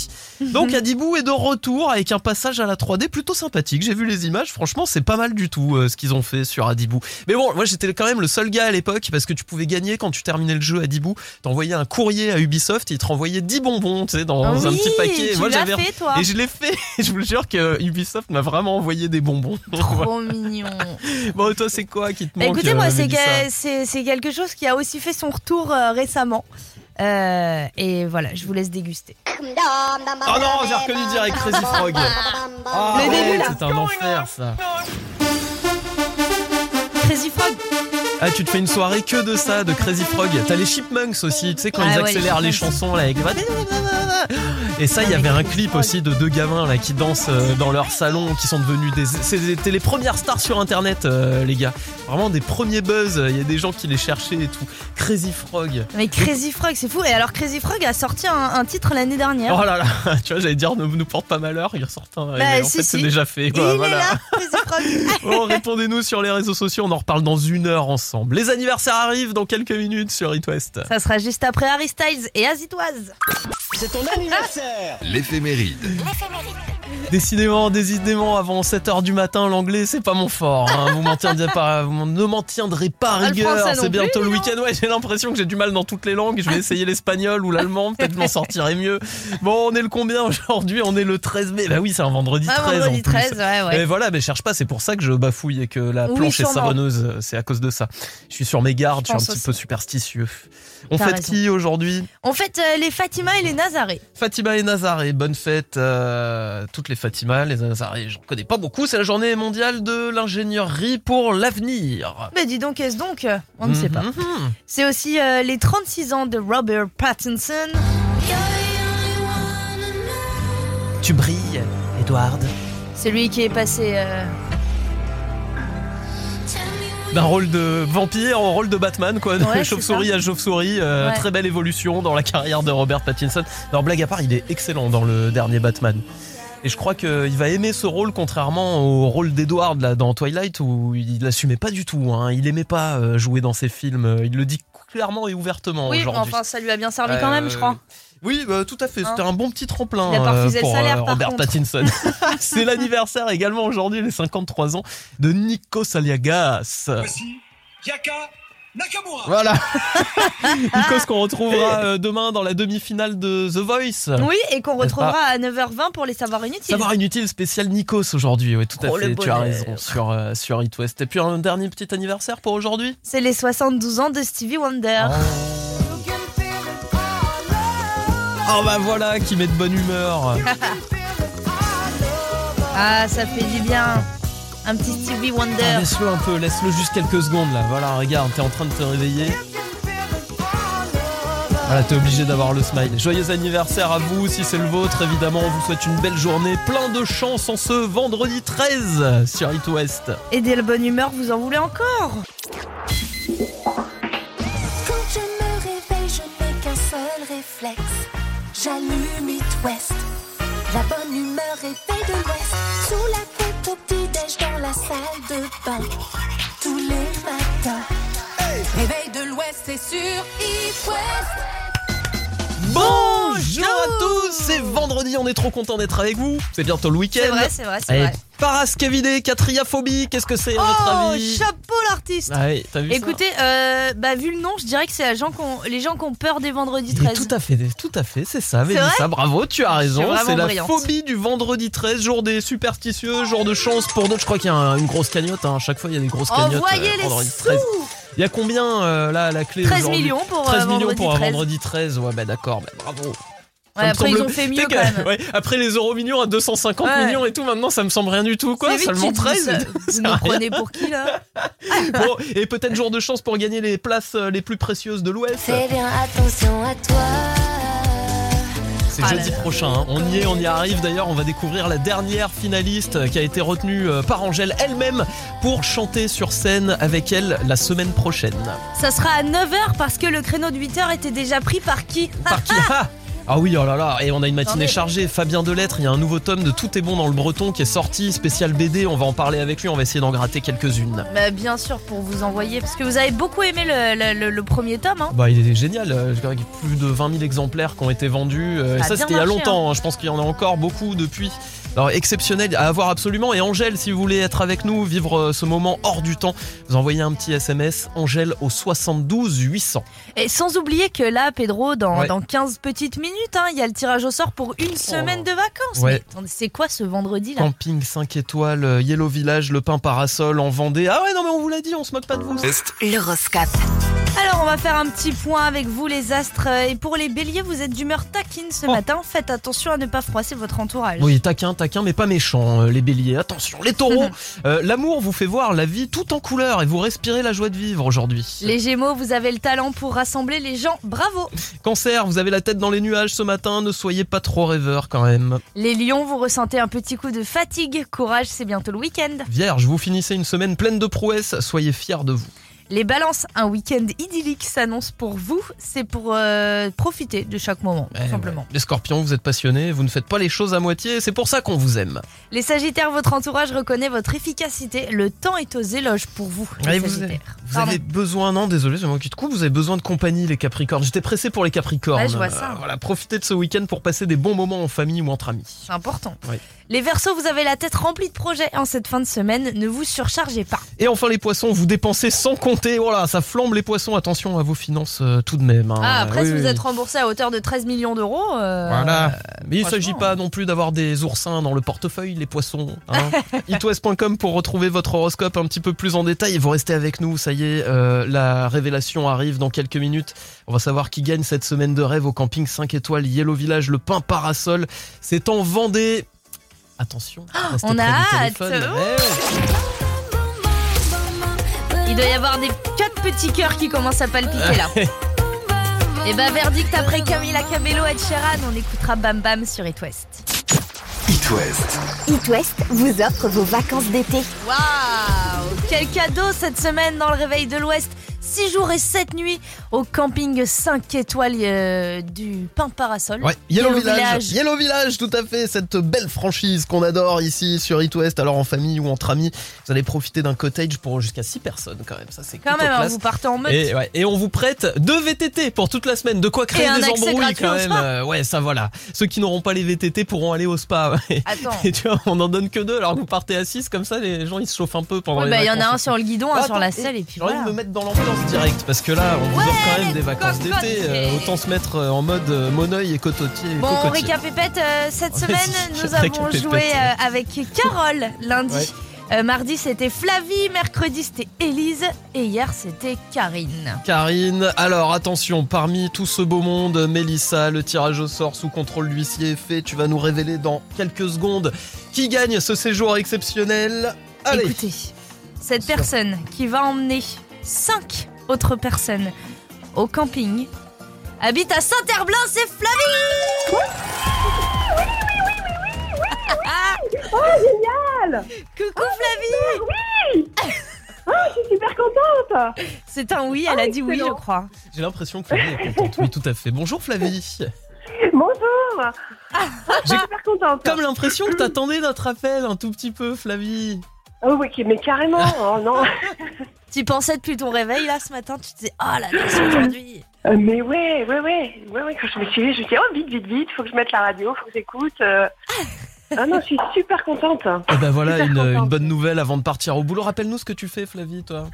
[SPEAKER 2] Donc Adibou est de retour avec un passage à la 3D plutôt sympathique. J'ai vu les images, franchement, c'est pas mal du tout euh, ce qu'ils ont fait sur Adibou. Mais bon, moi j'étais quand même le seul gars à l'époque parce que tu pouvais gagner quand tu terminais le jeu Adibou. T'envoyais un courrier à Ubisoft et ils te renvoyaient 10 bonbons, tu sais,
[SPEAKER 8] Ah
[SPEAKER 2] dans un
[SPEAKER 3] Ah Oui,
[SPEAKER 2] petit paquet.
[SPEAKER 3] tu
[SPEAKER 2] moi
[SPEAKER 3] l'as
[SPEAKER 2] j'avais
[SPEAKER 3] fait, toi.
[SPEAKER 2] et je l'ai fait. Je vous le jure que Ubisoft m'a vraiment envoyé des bonbons.
[SPEAKER 3] Trop mignon.
[SPEAKER 2] bon, toi c'est quoi qui te
[SPEAKER 3] Bah,
[SPEAKER 2] manque
[SPEAKER 3] écoutez, moi,
[SPEAKER 2] euh,
[SPEAKER 3] c'est
[SPEAKER 2] Mélissa
[SPEAKER 3] que- c'est c'est quelque chose qui a aussi fait son retour euh, récemment. Euh, et voilà, je vous laisse déguster.
[SPEAKER 2] Oh non, j'ai reconnu direct Crazy Frog. Ah
[SPEAKER 3] Le
[SPEAKER 2] ouais,
[SPEAKER 3] début, là.
[SPEAKER 2] C'est un enfer ça.
[SPEAKER 3] Crazy Frog,
[SPEAKER 2] Ah, tu te fais une soirée que de ça, de Crazy Frog. T'as les Chipmunks aussi, tu sais, quand
[SPEAKER 3] Ah
[SPEAKER 2] ils
[SPEAKER 3] ouais,
[SPEAKER 2] accélèrent
[SPEAKER 3] les
[SPEAKER 2] les
[SPEAKER 3] Chipmunks.
[SPEAKER 2] chansons là, avec. Et ça, il y
[SPEAKER 3] mais
[SPEAKER 2] avait un
[SPEAKER 3] Crazy
[SPEAKER 2] clip
[SPEAKER 3] Frog.
[SPEAKER 2] aussi de deux gamins là qui dansent euh, dans leur salon, qui sont devenus des. C'était les premières stars sur internet, euh, les gars. Vraiment des premiers buzz. Il y a des gens qui les cherchaient et tout. Crazy Frog.
[SPEAKER 3] mais Crazy Frog, c'est fou. Et alors, Crazy Frog a sorti un, un titre l'année dernière.
[SPEAKER 2] Oh là là, tu vois, j'allais dire ne nous porte pas malheur, il ressort un. mais en
[SPEAKER 3] Bah, si,
[SPEAKER 2] fait,
[SPEAKER 3] si.
[SPEAKER 2] c'est déjà fait.
[SPEAKER 3] Et
[SPEAKER 2] quoi,
[SPEAKER 3] il
[SPEAKER 2] voilà.
[SPEAKER 3] est là, Crazy Frog.
[SPEAKER 2] Bon, répondez-nous sur les réseaux sociaux, on en reparle dans une heure ensemble. Les anniversaires arrivent dans quelques minutes sur It West.
[SPEAKER 3] Ça sera juste après Harry Styles et Azitoise.
[SPEAKER 7] l'éphéméride,
[SPEAKER 2] Décidément, décidément, avant 7h du matin, l'anglais, c'est pas mon fort. hein. Vous, m'en tiendrez pas, vous ne m'en tiendrez pas
[SPEAKER 3] le
[SPEAKER 2] rigueur.
[SPEAKER 3] français non
[SPEAKER 2] C'est
[SPEAKER 3] plus,
[SPEAKER 2] bientôt le
[SPEAKER 3] dis
[SPEAKER 2] week-end. Ouais, j'ai l'impression que j'ai du mal dans toutes les langues. Je vais essayer l'espagnol ou l'allemand, peut-être je m'en sortirai mieux. Bon, on est le combien aujourd'hui On est le 13 mai. Bah oui, c'est un vendredi 13
[SPEAKER 3] Ah, vendredi
[SPEAKER 2] en plus.
[SPEAKER 3] 13, ouais, ouais.
[SPEAKER 2] Mais voilà, mais cherche pas, c'est pour ça que je bafouille et que la
[SPEAKER 3] Oui,
[SPEAKER 2] planche est
[SPEAKER 3] sûrement.
[SPEAKER 2] savonneuse. euh, C'est à cause de ça. Je suis sur mes gardes, je,
[SPEAKER 3] Je
[SPEAKER 2] suis un
[SPEAKER 3] pense
[SPEAKER 2] petit peu superstitieux. On
[SPEAKER 3] T'as
[SPEAKER 2] fête
[SPEAKER 3] raison.
[SPEAKER 2] qui aujourd'hui
[SPEAKER 3] En fait, euh, les Fatima et les Nazaré.
[SPEAKER 2] Fatima et Nazaré, bonne fête euh, toutes les Fatima, les Nazaré, j'en connais pas beaucoup, c'est la journée mondiale de l'ingénierie pour l'avenir.
[SPEAKER 3] Mais dis donc, est-ce donc euh, On ne sait pas.
[SPEAKER 2] Mhm.
[SPEAKER 3] C'est aussi euh, les 36 ans de Robert Pattinson.
[SPEAKER 2] Tu brilles, Edward.
[SPEAKER 3] Celui qui est passé. euh,
[SPEAKER 2] D'un rôle de vampire au rôle de Batman, quoi, de
[SPEAKER 3] Ouais, c'est
[SPEAKER 2] chauve-souris à chauve-souris, euh,
[SPEAKER 3] Ouais.
[SPEAKER 2] très belle évolution dans la carrière de Robert Pattinson. Non, blague à part, il est excellent dans le dernier Batman. Et je crois qu'il va aimer ce rôle, contrairement au rôle d'Edward là, dans Twilight, où il l'assumait pas du tout. hein. Il aimait pas euh, jouer dans ses films. euh, Il le dit clairement et ouvertement
[SPEAKER 3] Oui, mais
[SPEAKER 2] aujourd'hui.
[SPEAKER 3] enfin, ça lui a bien servi Ah, quand même, je
[SPEAKER 2] Euh,
[SPEAKER 3] crois. Hein.
[SPEAKER 2] Oui, bah, tout à fait. C'était un bon petit tremplin
[SPEAKER 3] Il a pas
[SPEAKER 2] euh,
[SPEAKER 3] refusé le
[SPEAKER 2] pour
[SPEAKER 3] salaire,
[SPEAKER 2] euh,
[SPEAKER 3] par
[SPEAKER 2] Robert
[SPEAKER 3] contre.
[SPEAKER 2] Pattinson. C'est l'anniversaire également aujourd'hui, les 53 ans, de Nico Saliagas. Voilà. Nikos qu'on retrouvera euh, demain dans la demi-finale de The Voice.
[SPEAKER 3] Oui, et qu'on
[SPEAKER 2] N'est-ce
[SPEAKER 3] retrouvera à 9h20 pour les savoirs inutiles.
[SPEAKER 2] Savoir inutile spécial Nikos aujourd'hui, oui tout à
[SPEAKER 3] Oh, le
[SPEAKER 2] fait, tu as
[SPEAKER 3] bonheur.
[SPEAKER 2] raison sur, euh, sur It West. Et puis un dernier petit anniversaire pour aujourd'hui
[SPEAKER 3] C'est les 72 ans de Stevie Wonder.
[SPEAKER 2] Ah. Oh bah voilà, qui met de bonne humeur
[SPEAKER 3] Ah, ça fait du bien. Un petit Stevie
[SPEAKER 2] Ah,
[SPEAKER 3] Wonder.
[SPEAKER 2] Laisse-le un peu, laisse-le juste quelques secondes là. Voilà, regarde, t'es en train de te réveiller. Voilà, t'es obligé d'avoir le smile. Joyeux anniversaire à vous, si c'est le vôtre, évidemment. On vous souhaite une belle journée, plein de chance en ce vendredi 13 sur It West.
[SPEAKER 3] Et dès la bonne humeur, vous en voulez encore
[SPEAKER 1] Quand je me réveille, je n'ai qu'un seul réflexe. J'allume It West. La bonne humeur est faite de l'Ouest. Sous la tête au petit-déj dans la salle de bain. Tous les matins. Réveil de l'Ouest, c'est sur It West.
[SPEAKER 2] Bonjour à tous, c'est vendredi, on est trop content d'être avec vous. C'est bientôt le week-end. Eh,
[SPEAKER 3] C'est vrai, c'est vrai, c'est
[SPEAKER 2] Et
[SPEAKER 3] vrai.
[SPEAKER 2] Parascavidé, Catriaphobie, qu'est-ce que c'est à votre
[SPEAKER 3] Oh,
[SPEAKER 2] avis
[SPEAKER 3] chapeau l'artiste
[SPEAKER 2] Ah ouais, t'as vu ça
[SPEAKER 3] Écoutez, euh, bah, vu le nom, je dirais que c'est la gens qu'on- les gens qui ont peur des vendredis
[SPEAKER 2] Mais
[SPEAKER 3] 13.
[SPEAKER 2] Tout à fait, tout à fait, c'est ça,
[SPEAKER 3] vrai
[SPEAKER 2] Mélissa, bravo, tu as
[SPEAKER 3] Je suis
[SPEAKER 2] raison.
[SPEAKER 3] vraiment
[SPEAKER 2] C'est la
[SPEAKER 3] brillante.
[SPEAKER 2] phobie du vendredi 13, jour des superstitieux, jour de chance pour d'autres. Je crois qu'il y a un- une grosse cagnotte, hein. à chaque fois il y a des grosses cagnottes.
[SPEAKER 3] Envoyez
[SPEAKER 2] euh,
[SPEAKER 3] Oh, les
[SPEAKER 2] vendredi
[SPEAKER 3] sous
[SPEAKER 2] 13. Il y a combien euh, là à la clé
[SPEAKER 3] 13
[SPEAKER 2] aujourd'hui
[SPEAKER 3] millions pour,
[SPEAKER 2] 13
[SPEAKER 3] euh,
[SPEAKER 2] millions
[SPEAKER 3] vendredi
[SPEAKER 2] pour un
[SPEAKER 3] 13.
[SPEAKER 2] vendredi 13, ouais, bah d'accord, bah, bravo.
[SPEAKER 3] Ouais,
[SPEAKER 2] Ça me
[SPEAKER 3] après, ils
[SPEAKER 2] semble-
[SPEAKER 3] ont fait
[SPEAKER 2] Tu
[SPEAKER 3] mieux
[SPEAKER 2] sais
[SPEAKER 3] quand
[SPEAKER 2] que-
[SPEAKER 3] même.
[SPEAKER 2] ouais, après les euros millions à 250
[SPEAKER 3] Ouais.
[SPEAKER 2] millions et tout, maintenant ça me semble rien du tout, quoi.
[SPEAKER 3] C'est vite,
[SPEAKER 2] Seulement
[SPEAKER 3] tu te dis
[SPEAKER 2] 13.
[SPEAKER 3] ça. Vous nous prenez pour qui là
[SPEAKER 2] Bon, et peut-être jour de chance pour gagner les places euh, les plus précieuses de l'Ouest.
[SPEAKER 1] Fais bien attention à toi.
[SPEAKER 2] C'est
[SPEAKER 3] Ah là
[SPEAKER 2] jeudi
[SPEAKER 3] là.
[SPEAKER 2] prochain. hein. On y est, on y arrive. D'ailleurs, on va découvrir la dernière finaliste qui a été retenue euh, par Angèle elle-même pour chanter sur scène avec elle la semaine prochaine.
[SPEAKER 3] Ça sera à 9h parce que le créneau de 8h était déjà pris par qui
[SPEAKER 2] Par qui Ah Ah oui, oh là là, et on a une matinée
[SPEAKER 3] Attendez.
[SPEAKER 2] chargée. Fabien Delettre, il y a un nouveau tome de Tout est bon dans le breton qui est sorti, spécial BD. On va en parler avec lui, on va essayer d'en gratter quelques-unes.
[SPEAKER 3] Bah, bien sûr, pour vous envoyer, parce que vous avez beaucoup aimé le, le- le- le premier tome. Hein.
[SPEAKER 2] Bah, il est génial. euh, Je crois qu'il y a plus de 20 000 exemplaires qui ont été vendus. euh,
[SPEAKER 3] Ça a bien
[SPEAKER 2] ça, c'était il y a
[SPEAKER 3] marché,
[SPEAKER 2] longtemps. hein. Je pense qu'il y en a encore beaucoup depuis. Alors, exceptionnel à avoir absolument. Et Angèle, si vous voulez être avec nous, vivre euh, ce moment hors du temps, vous envoyez un petit SMS Angèle au 72 800.
[SPEAKER 3] Et sans oublier que là, Pedro, dans,
[SPEAKER 2] Ouais. Oh.
[SPEAKER 3] dans 15 petites minutes, hein, il y a le tirage au sort pour une semaine de vacances.
[SPEAKER 2] Ouais.
[SPEAKER 3] Mais attendez, c'est quoi ce vendredi là
[SPEAKER 2] Camping 5 étoiles, euh, Yellow Village, Le Pin Parasol en Vendée. Ah ouais, non, mais on vous l'a dit, on se moque pas de vous.
[SPEAKER 1] L'horoscope.
[SPEAKER 3] Alors, on va faire un petit point avec vous, les astres. Et pour les béliers, vous êtes d'humeur taquine ce
[SPEAKER 2] Oh.
[SPEAKER 3] matin. Faites attention à ne pas froisser votre entourage.
[SPEAKER 2] Oui, taquin, taquin, mais pas méchant, euh, les béliers. Attention, les taureaux. Euh, L'amour vous fait voir la vie tout en couleur et vous respirez la joie de vivre aujourd'hui.
[SPEAKER 3] Les gémeaux, vous avez le talent pour rassembler les gens. Bravo
[SPEAKER 2] Cancer, vous avez la tête dans les nuages ce matin, ne soyez pas trop rêveur quand même.
[SPEAKER 3] Les lions, vous ressentez un petit coup de fatigue. Courage, c'est bientôt le week-end.
[SPEAKER 2] Vierge, vous finissez une semaine pleine de prouesses, soyez fiers de vous.
[SPEAKER 3] Les balances, un week-end idyllique s'annonce pour vous. C'est pour euh, profiter de chaque moment, tout
[SPEAKER 2] Eh
[SPEAKER 3] simplement.
[SPEAKER 2] ouais. Les scorpions, vous êtes passionnés, vous ne faites pas les choses à moitié, c'est pour ça qu'on vous aime.
[SPEAKER 3] Les sagittaires, votre entourage reconnaît votre efficacité. Le temps est aux éloges pour vous, les
[SPEAKER 2] Allez, Eh, vous-
[SPEAKER 3] sagittaires.
[SPEAKER 2] Vous
[SPEAKER 3] Pardon.
[SPEAKER 2] avez besoin, non, désolé, j'ai manqué de coup, vous avez besoin de compagnie, les capricornes. J'étais pressé pour les capricornes. Euh,
[SPEAKER 3] Ouais, je vois ça.
[SPEAKER 2] voilà, profitez de ce week-end pour passer des bons moments en famille ou entre amis.
[SPEAKER 3] C'est important.
[SPEAKER 2] Oui.
[SPEAKER 3] Les versos, vous avez la tête remplie de projets en cette fin de semaine. Ne vous surchargez pas.
[SPEAKER 2] Et enfin, les poissons, vous dépensez sans compter. Voilà, ça flambe les poissons, attention à vos finances euh, tout de même. hein.
[SPEAKER 3] Ah, après,
[SPEAKER 2] Oui,
[SPEAKER 3] si
[SPEAKER 2] oui,
[SPEAKER 3] vous
[SPEAKER 2] oui.
[SPEAKER 3] êtes remboursé à hauteur de 13 millions d'euros. euh,
[SPEAKER 2] Voilà. Mais il ne
[SPEAKER 3] franchement. hein.
[SPEAKER 2] s'agit pas non plus d'avoir des oursins dans le portefeuille, les poissons. Hein. itwest.com pour retrouver votre horoscope un petit peu plus en détail. Et vous restez avec nous, ça y est, euh, la révélation arrive dans quelques minutes. On va savoir qui gagne cette semaine de rêve au camping 5 étoiles Yellow Village, le pain parasol. C'est en Vendée. Attention, restez
[SPEAKER 3] Ah, on a
[SPEAKER 2] près du
[SPEAKER 3] hâte.
[SPEAKER 2] téléphone.
[SPEAKER 3] Oh.
[SPEAKER 2] Eh ouais.
[SPEAKER 3] Il doit y avoir des quatre petits cœurs qui commencent à palpiter là. Et bah, verdict après Camila Cabello et Sheeran, on écoutera Bam Bam sur It West.
[SPEAKER 10] It West.
[SPEAKER 1] It West vous offre vos vacances d'été.
[SPEAKER 3] Waouh Quel cadeau cette semaine dans le Réveil de l'Ouest 6 jours et 7 nuits au camping 5 étoiles euh, du Pain Parasol.
[SPEAKER 2] Ouais, Yellow,
[SPEAKER 3] Yellow
[SPEAKER 2] Village.
[SPEAKER 3] Village.
[SPEAKER 2] Yellow Village, tout à fait, cette belle franchise qu'on adore ici sur It West, alors en famille ou entre amis, vous allez profiter d'un cottage pour jusqu'à 6 personnes quand même, ça c'est
[SPEAKER 3] Quand
[SPEAKER 2] plutôt
[SPEAKER 3] même, hein,
[SPEAKER 2] classe.
[SPEAKER 3] vous partez en meute.
[SPEAKER 2] Et, ouais, et on vous prête deux VTT pour toute la semaine, de quoi créer
[SPEAKER 3] Et un
[SPEAKER 2] des
[SPEAKER 3] accès
[SPEAKER 2] embrouilles
[SPEAKER 3] gratuit
[SPEAKER 2] quand
[SPEAKER 3] au
[SPEAKER 2] même.
[SPEAKER 3] spa.
[SPEAKER 2] Euh, ouais, ça voilà. Ceux qui n'auront pas les VTT pourront aller au spa. ouais.
[SPEAKER 3] Attends.
[SPEAKER 2] Et tu vois, on en donne que deux alors que vous partez à 6 comme ça les gens ils se chauffent un peu pendant
[SPEAKER 3] Ouais,
[SPEAKER 2] les
[SPEAKER 3] bah, Il y en a
[SPEAKER 2] vacances.
[SPEAKER 3] un sur le guidon, un
[SPEAKER 2] Attends,
[SPEAKER 3] sur la
[SPEAKER 2] et
[SPEAKER 3] selle, et puis
[SPEAKER 2] J'ai envie
[SPEAKER 3] voilà.
[SPEAKER 2] de me mettre dans l'ambiance directe parce que là, on vous offre quand même des vacances
[SPEAKER 3] cocottes.
[SPEAKER 2] d'été. euh, autant se mettre euh, en mode euh, monoeil et cocotier.
[SPEAKER 3] Bon, on
[SPEAKER 2] cocotier.
[SPEAKER 3] récapépète euh, cette
[SPEAKER 2] Vas-y,
[SPEAKER 3] semaine. Nous avons
[SPEAKER 2] récapépète.
[SPEAKER 3] joué euh, avec Carole lundi.
[SPEAKER 2] Ouais.
[SPEAKER 3] Euh, mardi, c'était Flavie. Mercredi, c'était Élise. Et hier, c'était Karine.
[SPEAKER 2] Karine, alors attention, parmi tout ce beau monde, Mélissa, le tirage au sort sous contrôle d'huissier est fait. Tu vas nous révéler dans quelques secondes qui gagne ce séjour exceptionnel. Allez,
[SPEAKER 3] Écoutez, cette personne qui va emmener cinq autres personnes au camping habite à Saint-Herblain, c'est Flavie Oh, génial Coucou
[SPEAKER 6] Ah,
[SPEAKER 3] Flavie
[SPEAKER 6] Super contente
[SPEAKER 3] C'est un oui,
[SPEAKER 6] Ah,
[SPEAKER 3] elle a dit oui, je crois.
[SPEAKER 2] j'ai l'impression que Flavie est contente. Oui, tout à fait. Bonjour Flavie.
[SPEAKER 6] Bonjour
[SPEAKER 2] J'ai
[SPEAKER 6] Super contente
[SPEAKER 2] comme l'impression que t'attendais notre appel un tout petit peu, Flavie.
[SPEAKER 6] Oh oui, mais carrément Oh non
[SPEAKER 3] Tu pensais depuis ton réveil là ce matin, tu te disais Oh la danse aujourd'hui
[SPEAKER 6] Euh, Mais ouais, ouais, ouais, ouais, ouais, quand je me suis levée, je me suis dit, oh, vite, vite, vite, faut que je mette la radio, faut que j'écoute. euh. Ah non, je suis super contente. Ah
[SPEAKER 2] Et ben voilà,
[SPEAKER 6] Super
[SPEAKER 2] une,
[SPEAKER 6] contente.
[SPEAKER 2] une bonne nouvelle avant de partir au boulot. Rappelle-nous ce que tu fais, Flavie, toi.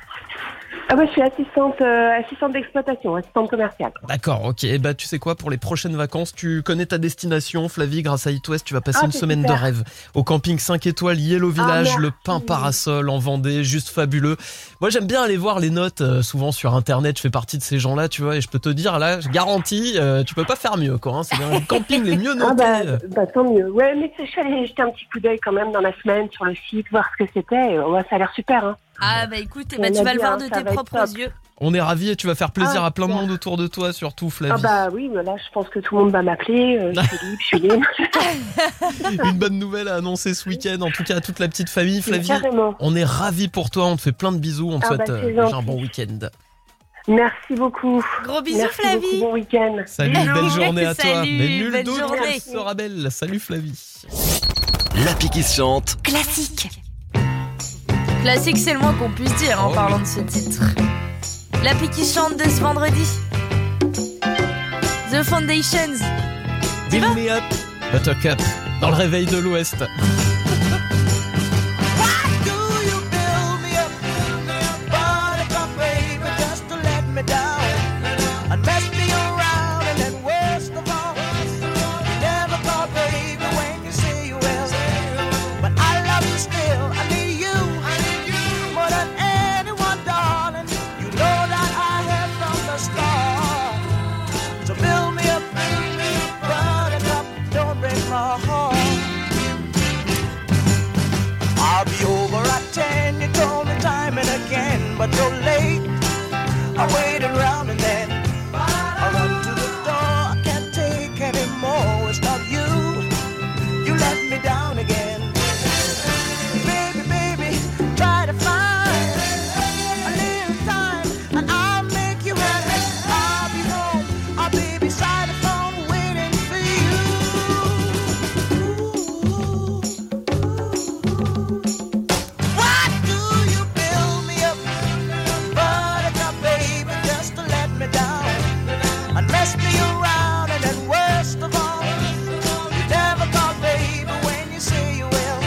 [SPEAKER 6] Ah ouais, je suis assistante, euh, assistante d'exploitation, assistante commerciale.
[SPEAKER 2] D'accord, ok. Et bah tu sais quoi, pour les prochaines vacances, tu connais ta destination, Flavie, grâce à It West, tu vas passer
[SPEAKER 6] Ah,
[SPEAKER 2] une
[SPEAKER 6] c'est
[SPEAKER 2] semaine
[SPEAKER 6] super. Ah,
[SPEAKER 2] de rêve au camping 5 étoiles Yellow Village,
[SPEAKER 6] merci.
[SPEAKER 2] le pain parasol en Vendée, juste fabuleux. Moi j'aime bien aller voir les notes, euh, souvent sur internet, je fais partie de ces gens-là, tu vois, et je peux te dire, là, je garantis, euh, tu peux pas faire mieux, quoi. hein. C'est bien le camping les mieux
[SPEAKER 6] Ah
[SPEAKER 2] notés.
[SPEAKER 6] bah, bah, tant mieux. Ouais, mais je suis allée jeter un petit coup d'œil quand même dans la semaine sur le site, voir ce que c'était. et, Ouais, ça a l'air super. Hein.
[SPEAKER 3] Ah bah écoute, eh
[SPEAKER 6] On
[SPEAKER 3] ben, tu
[SPEAKER 6] a
[SPEAKER 3] vas le
[SPEAKER 6] dit,
[SPEAKER 3] voir
[SPEAKER 6] hein,
[SPEAKER 3] de
[SPEAKER 6] ça
[SPEAKER 3] tes
[SPEAKER 6] va être
[SPEAKER 3] propres
[SPEAKER 6] top.
[SPEAKER 3] yeux.
[SPEAKER 2] On est ravis et tu vas faire plaisir
[SPEAKER 6] Ah,
[SPEAKER 2] à plein de
[SPEAKER 6] super.
[SPEAKER 2] monde autour de toi, surtout
[SPEAKER 6] Ah
[SPEAKER 2] Flavie.
[SPEAKER 6] bah oui, mais là, je pense que tout le monde va m'appeler. euh, je suis libre, je suis libre.
[SPEAKER 2] Une bonne nouvelle à annoncer ce week-end, en tout cas à toute la petite famille, Flavie.
[SPEAKER 6] Carrément.
[SPEAKER 2] On est ravis pour toi, on te fait plein de bisous, on te
[SPEAKER 6] Ah
[SPEAKER 2] souhaite
[SPEAKER 6] bah, c'est
[SPEAKER 2] euh, déjà un
[SPEAKER 6] gentil.
[SPEAKER 2] bon week-end.
[SPEAKER 6] Merci beaucoup.
[SPEAKER 3] Gros bisous,
[SPEAKER 6] Merci
[SPEAKER 3] Flavie.
[SPEAKER 6] beaucoup, Bon week-end.
[SPEAKER 2] Salut,
[SPEAKER 3] Bisous.
[SPEAKER 2] belle journée à
[SPEAKER 3] Salut,
[SPEAKER 2] toi. Mais nul
[SPEAKER 3] belle
[SPEAKER 2] doute
[SPEAKER 3] journée.
[SPEAKER 2] qu'elle sera belle. Salut Flavie.
[SPEAKER 10] L'appli qui chante.
[SPEAKER 1] Classique.
[SPEAKER 3] Classique, c'est le moins qu'on puisse dire en
[SPEAKER 2] Oh
[SPEAKER 3] parlant de ce titre. L'appli qui chante de ce vendredi. The Foundations. Tu
[SPEAKER 2] Build me up, Buttercup, dans le réveil de l'Ouest.
[SPEAKER 11] I'll be over at ten. You told me time and again, but you're late. I wait around and then I run to the door. I can't take anymore. It's not you. You let me down again. Baby, baby, try to find a little time, and I'll make you happy. I'll be home. I'll be beside the phone waiting for you. Why do you build me up, buttercup, baby, just to let me down and mess me around? And then worst of all, you never call, baby, when you say you will.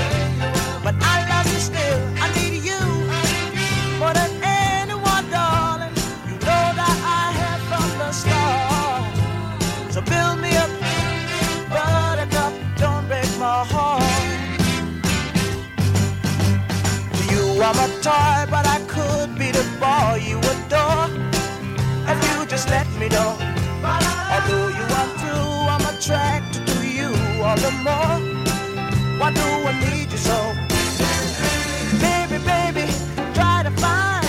[SPEAKER 11] But I love you still. I need you more than anyone, darling. You know that I have from the start. So build me up, buttercup, don't break my heart. You are my toy, but I could be the boy you adore. If you just let me know. Although you are through, I'm attracted to you all the more. Why do I need you so? Baby, baby, try to find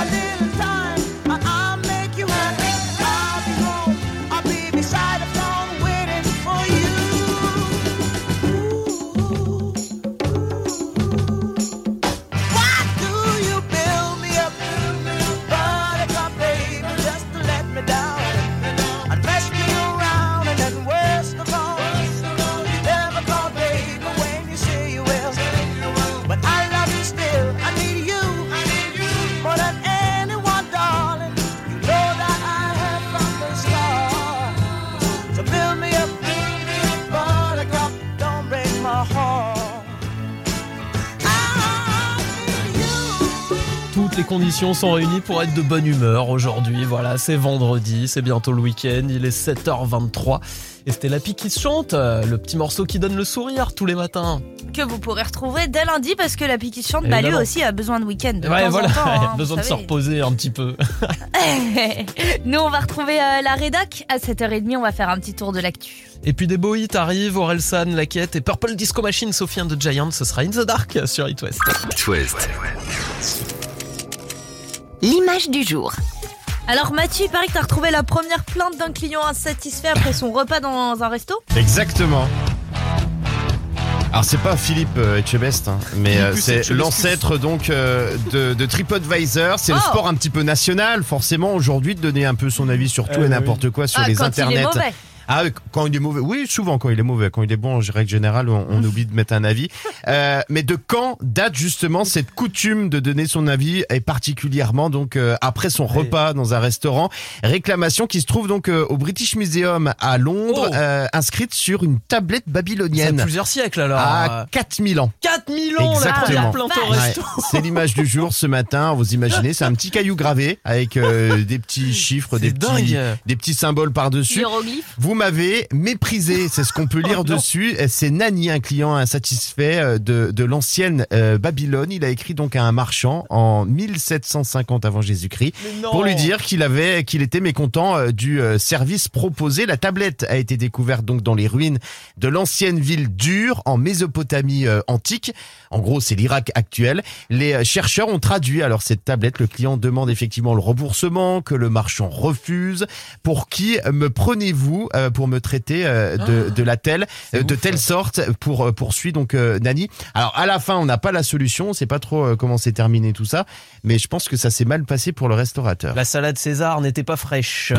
[SPEAKER 11] a little time, and I'll make you happy. I'll be home, I'll be beside the phone waiting for you. Why do you build me up, buttercup, baby, just to let me down and mess me around? And then worst of all, you never call, baby, when you say you will. But I love you still. I need you more than anyone, darling. You know that I have from the start. So build me up, buttercup, don't break my heart.
[SPEAKER 2] Toutes les conditions sont réunies pour être de bonne humeur aujourd'hui. Voilà, c'est vendredi, c'est bientôt le week-end, il est 7h23. Et c'était la pique qui se chante, euh, le petit morceau qui donne le sourire tous les matins.
[SPEAKER 3] que vous pourrez retrouver dès lundi parce que la qui chante, bah lui
[SPEAKER 2] Évidemment.
[SPEAKER 3] aussi a besoin de week-end. De
[SPEAKER 2] ouais,
[SPEAKER 3] temps
[SPEAKER 2] voilà,
[SPEAKER 3] en temps, hein, vous
[SPEAKER 2] besoin de se
[SPEAKER 3] savez.
[SPEAKER 2] reposer un petit peu.
[SPEAKER 3] Nous, on va retrouver euh, la rédac à 7h30. On va faire un petit tour de l'actu.
[SPEAKER 2] Et puis des beaux hits arrivent, Orelsan, La Quête et Purple Disco Machine, Sophie and the Giant, ce sera In the Dark sur It West.
[SPEAKER 10] It West.
[SPEAKER 1] L'image du jour.
[SPEAKER 3] Alors, Mathieu, il paraît que t'as retrouvé la première plainte d'un client insatisfait après son repas dans un resto.
[SPEAKER 9] Exactement. Alors c'est pas Philippe euh, Etchebest, hein, mais euh,
[SPEAKER 2] Philippe
[SPEAKER 9] c'est
[SPEAKER 2] Etchebest.
[SPEAKER 9] l'ancêtre donc euh, de, de TripAdvisor. C'est le
[SPEAKER 3] Oh.
[SPEAKER 9] sport un petit peu national, forcément aujourd'hui de donner un peu son avis sur tout et n'importe quoi sur
[SPEAKER 3] Ah,
[SPEAKER 9] les
[SPEAKER 3] quand
[SPEAKER 9] internets.
[SPEAKER 3] il est mauvais.
[SPEAKER 9] Ah, oui, quand il est mauvais. Oui, souvent quand il est mauvais. Quand il est bon, en règle générale, on, on oublie de mettre un avis. Euh, mais de quand date justement cette coutume de donner son avis et particulièrement donc euh, après son repas dans un restaurant Réclamation qui se trouve donc euh, au British Museum à Londres,
[SPEAKER 2] Oh.
[SPEAKER 9] euh, inscrite sur une tablette
[SPEAKER 2] Il y a
[SPEAKER 9] babylonienne
[SPEAKER 2] plusieurs siècles alors.
[SPEAKER 3] Ah.
[SPEAKER 9] à 4000 ans.
[SPEAKER 2] 4000 ans la première
[SPEAKER 9] Exactement.
[SPEAKER 2] plainte au
[SPEAKER 9] Ouais,
[SPEAKER 2] resto.
[SPEAKER 9] c'est l'image du jour ce matin. Vous imaginez, c'est un petit caillou gravé avec euh, des petits chiffres, des
[SPEAKER 2] C'est
[SPEAKER 9] petits,
[SPEAKER 2] dingue.
[SPEAKER 9] des petits symboles par-dessus.
[SPEAKER 3] Hiéroglyphe.
[SPEAKER 9] Vous m'avez méprisé, c'est ce qu'on peut lire
[SPEAKER 2] Oh non.
[SPEAKER 9] dessus. C'est Nani, un client insatisfait euh, de, de l'ancienne euh, Babylone. Il a écrit donc à un marchand en 1750 avant Jésus-Christ
[SPEAKER 2] Mais non.
[SPEAKER 9] pour lui dire qu'il avait, qu'il était mécontent euh, du euh, service proposé. La tablette a été découverte donc dans les ruines de l'ancienne ville d'Ur en Mésopotamie euh, antique. En gros, c'est l'Irak actuel. Les euh, chercheurs ont traduit alors cette tablette. Le client demande effectivement le remboursement que le marchand refuse. Pour qui me prenez-vous Euh, euh, pour me traiter euh,
[SPEAKER 3] Ah,
[SPEAKER 9] de, de la telle, euh, de telle sorte pour euh, poursuit donc euh, Nani. Alors à la fin, on n'a pas la solution, on sait pas trop euh, comment s'est terminé tout ça, mais je pense que ça s'est mal passé pour le restaurateur.
[SPEAKER 12] La salade César n'était pas fraîche.